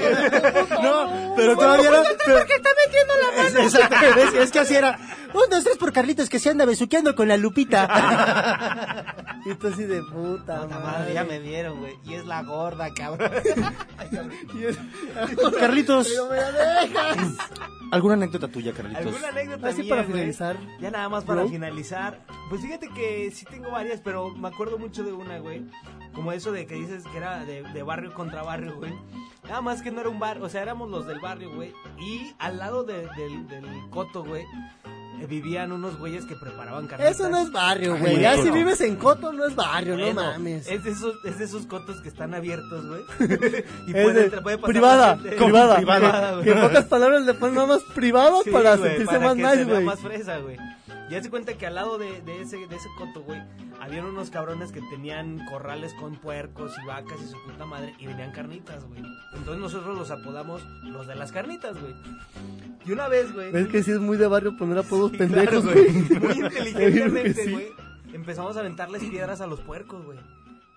No, pero todavía era... que está metiendo la mano. Es, exacto, es- es que así era. Un, dos, tres por Carlitos que se anda besuqueando con la lupita. [LAUGHS] Y tú así de puta Puta madre. madre, ya me vieron, güey. Y es la gorda, cabrón. [LAUGHS] Y es- Carlitos, Pero me la dejas. ¿alguna anécdota tuya, Carlitos? ¿Alguna anécdota Así mía, para güey? finalizar. Ya nada más para ¿No? finalizar. Pues fíjate que sí tengo varias, pero me acuerdo mucho de una, güey. Como eso de que dices que era de, de barrio contra barrio, güey. Nada más que no era un bar, o sea, éramos los del barrio, güey. Y al lado de- del, del coto, güey, eh, vivían unos güeyes que preparaban carnitas. Eso no es barrio, Ay, güey. Ya no. si vives en Coto no es barrio, Bueno, no mames. Es de, esos, es de esos cotos que están abiertos, [LAUGHS] güey. [LAUGHS] y Es puede, de- entrar- puede pasar la privada, gente. [LAUGHS] privada, privada, Que en güey. pocas palabras le ponen nada más privado Sí, para güey, sentirse para más que nice, se vea güey. más fresa, güey. Ya se cuenta que al lado de, de ese, de ese coto, güey, habían unos cabrones que tenían corrales con puercos y vacas y su puta madre y venían carnitas, güey. Entonces nosotros los apodamos los de las carnitas, güey. Y una vez, güey. Es [LAUGHS] que sí es muy de barrio poner apodos Sí, claro, pendejos, [LAUGHS] güey. Muy Yo creo que inteligentemente, sí. güey. Empezamos a aventarles piedras a los puercos, güey.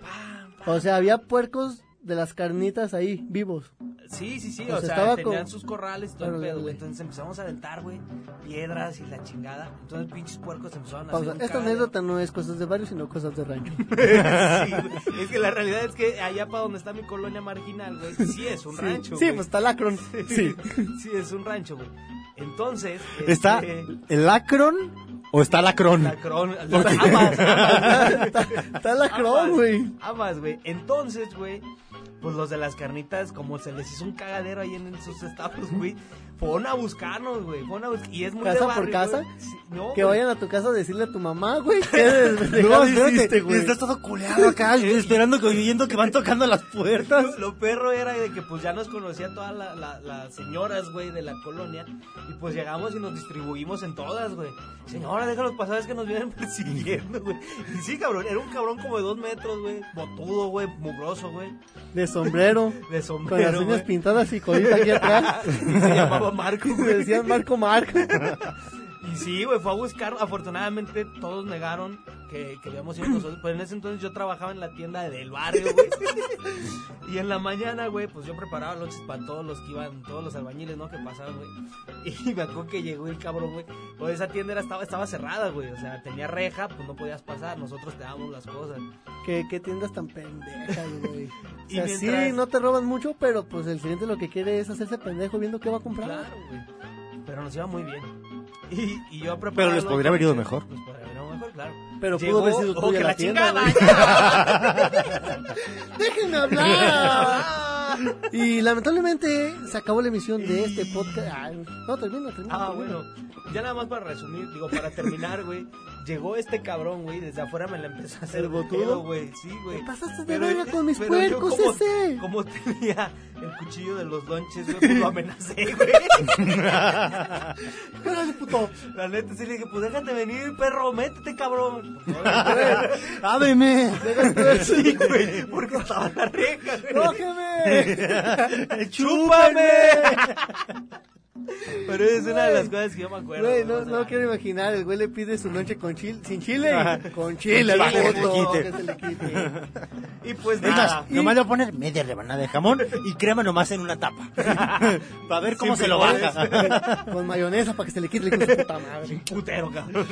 Pam, pam. O sea, había puercos de las carnitas ahí, vivos. Sí, sí, sí, O o, sea, sea, Pues estaba tenían con- sus corrales y todo el Órale, pedo, güey. güey. Entonces empezamos a aventar, güey, piedras y la chingada. Entonces pinches puercos empezaron a Pausa. hacer un Esta cagadero. anécdota no es cosas de barrio, sino cosas de rancho. [LAUGHS] Sí, güey. es que la realidad es que allá para donde está mi colonia marginal, güey, sí es un Sí. rancho. Sí, güey. pues está Lacron. [LAUGHS] Sí. Sí, es un rancho, güey. Entonces. ¿Está este, el Acron o está Lacron? La cron. [LAUGHS] Ah, Ambas, ambas. [LAUGHS] Está Lacron, Ambas, güey. Ambas, güey. Entonces, güey, pues los de las carnitas, como se les hizo un cagadero ahí en sus establos, güey, Pon a buscarnos, güey. Pon a bus- Y es muy ¿Casa de por barrio, casa? güey. Sí, no, Que güey. vayan a tu casa a decirle a tu mamá, güey. ¿Qué [LAUGHS] no, hiciste, Y güey? Eh. estás todo [LAUGHS] culeado acá, y esperando que oyendo que van tocando las puertas. Lo- Lo perro era de que pues ya nos conocía todas la- la- las señoras, güey, de la colonia. Y pues llegamos y nos distribuimos en todas, güey. Señora, déjanos pasar, es que nos vienen [LAUGHS] persiguiendo, güey. Y sí, cabrón, era un cabrón como de dos metros, güey. Botudo, güey, mugroso, güey. De sombrero. De Con las sombrero, uñas güey. pintadas y colita aquí atrás. Y [LAUGHS] se llamaba Marco, Le güey. decían Marco Marco. Y sí, güey, fue a buscar. Afortunadamente, todos negaron que, que habíamos ido nosotros. Pues en ese entonces yo trabajaba en la tienda del barrio, güey. Y en la mañana, güey, pues yo preparaba lonches para todos los que iban, todos los albañiles, ¿no? Que pasaban, güey. Y me acuerdo que llegó el cabrón, güey. Pues esa tienda era, estaba, estaba cerrada, güey. O sea, tenía reja, pues no podías pasar. Nosotros te dábamos las cosas. ¿Qué, qué tiendas tan pendejas, güey. O [LAUGHS] Y sea, mientras- sí, no te roban mucho, pero pues el cliente lo que quiere es hacerse pendejo viendo qué va a comprar. Claro, güey. Pero nos iba muy bien. Y, y yo preparaba. Pero les los podría haber ido lonches. mejor. Les podría haber ido mejor, claro. Pero Llegó- pudo haber sido oh, tuya que la la tienda, chingada. güey. [LAUGHS] [LAUGHS] ¡Déjenme hablar! [LAUGHS] y lamentablemente se acabó la emisión de este podcast. Ah, no, termina, termina. Ah, termina. bueno, ya nada más para resumir, digo, para terminar, güey. Llegó este cabrón, güey, desde afuera me la empezó a hacer ¿El botudo? botudo, güey. Sí, güey. Te pasaste de Pero- verga con mis pero yo puercos, como- ese. Como tenía el cuchillo de los lonches, güey, pues lo amenacé, güey. [LAUGHS] Órale, [LAUGHS] puto. La neta sí le dije, pues déjate venir, perro, métete, [LAUGHS] cabrón. ¡Ábreme! Sí, güey, porque estaba la reja, güey. [LAUGHS] ¡Cógeme! ¡Chúpame! Pero es una de las cosas que yo me acuerdo. Güey, güey, no, o sea, no quiero imaginar. El güey le pide su lonche con chile, sin chile. y Con chile, Para que se puto, le que quite. se [LAUGHS] le quite. Y pues Es nada. Ah. más, nomás le voy a poner media rebanada de jamón y crema nomás en [LAUGHS] una tapa. Para ver cómo Sin se lo frijoles. baja. Con mayonesa para que se le quite el hijo de su puta madre. Putero, cabrón.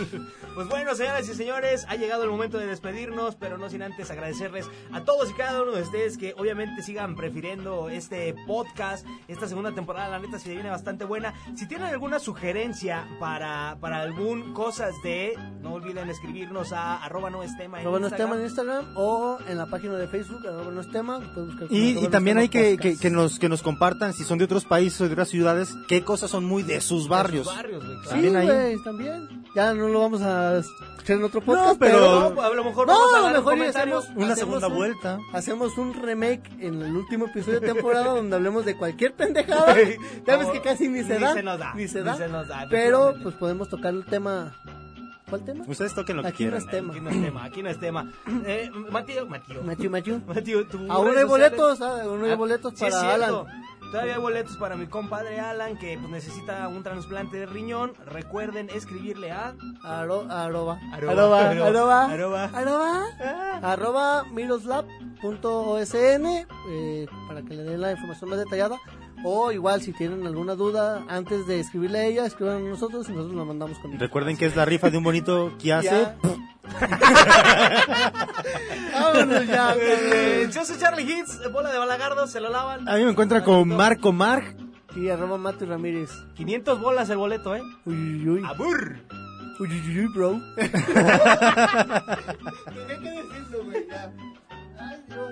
Pues bueno, señoras y señores, ha llegado el momento de despedirnos, pero no sin antes agradecerles a todos y cada uno de ustedes que obviamente sigan prefiriendo este podcast. Esta segunda temporada, la neta, se viene bastante buena. Si tienen alguna sugerencia para, para algún cosas de, no olviden escribirnos a arroba no es tema en Arroba no es tema Instagram. en Instagram o en la página de Facebook, arroba no es tema. puedes buscar como Y, arroba y no también es hay tema que, que, podcast. que nos, que nos compartan, si son de otros países o de otras ciudades, qué cosas son muy de sus barrios. Barrios, güey, claro. también sí, ahí. güey, también. Ya no lo vamos a hacer en otro podcast, pero- No, a lo mejor No, vamos a a lo dar un mejor y comentario. hacemos- [LAUGHS] Una segunda un- vuelta. Hacemos un remake en el último episodio de temporada [LAUGHS] donde hablemos de cualquier pendejada. Güey, ya no, ves que casi ni se ni da. se nos da, Ni se ni da. se nos da, pero efectivamente. pues podemos tocar el tema. ¿Cuál tema? Pues, Ustedes toquen lo que Aquí no quieran. está. tema. Aquí no es tema, aquí no es [CLEARS THROAT] tema. Eh, Matío, Matío. Machu Machu. Matío, tu Aún pues, redes hay sociales. boletos, ah, aún hay Ah, boletos sí, es para cierto. Alan. Todavía hay boletos para mi compadre Alan que pues, necesita un trasplante de riñón. Recuerden escribirle a Aro, arroba. Arroba. Arroba. Arroba. Arroba. Arroba. Arroba. Arroba miroslab.osn eh, para que le den la información más detallada. O igual, si tienen alguna duda, antes de escribirle a ella, escriban a nosotros y nosotros la mandamos con Recuerden que es la rifa de un bonito Ya. Kiase. [LAUGHS] Vámonos ya, Eh, cabrón. Yo soy Charlie Hits, bola de balagardo, se lo lavan. A mí me encuentra con Marco Marc. Y arroba Mati Ramírez. 500 bolas el boleto, ¿eh? Uy, uy, uy. ¡Abur! Uy, uy, uy, bro. Tenía que decirlo, güey, ya. Ay, Dios.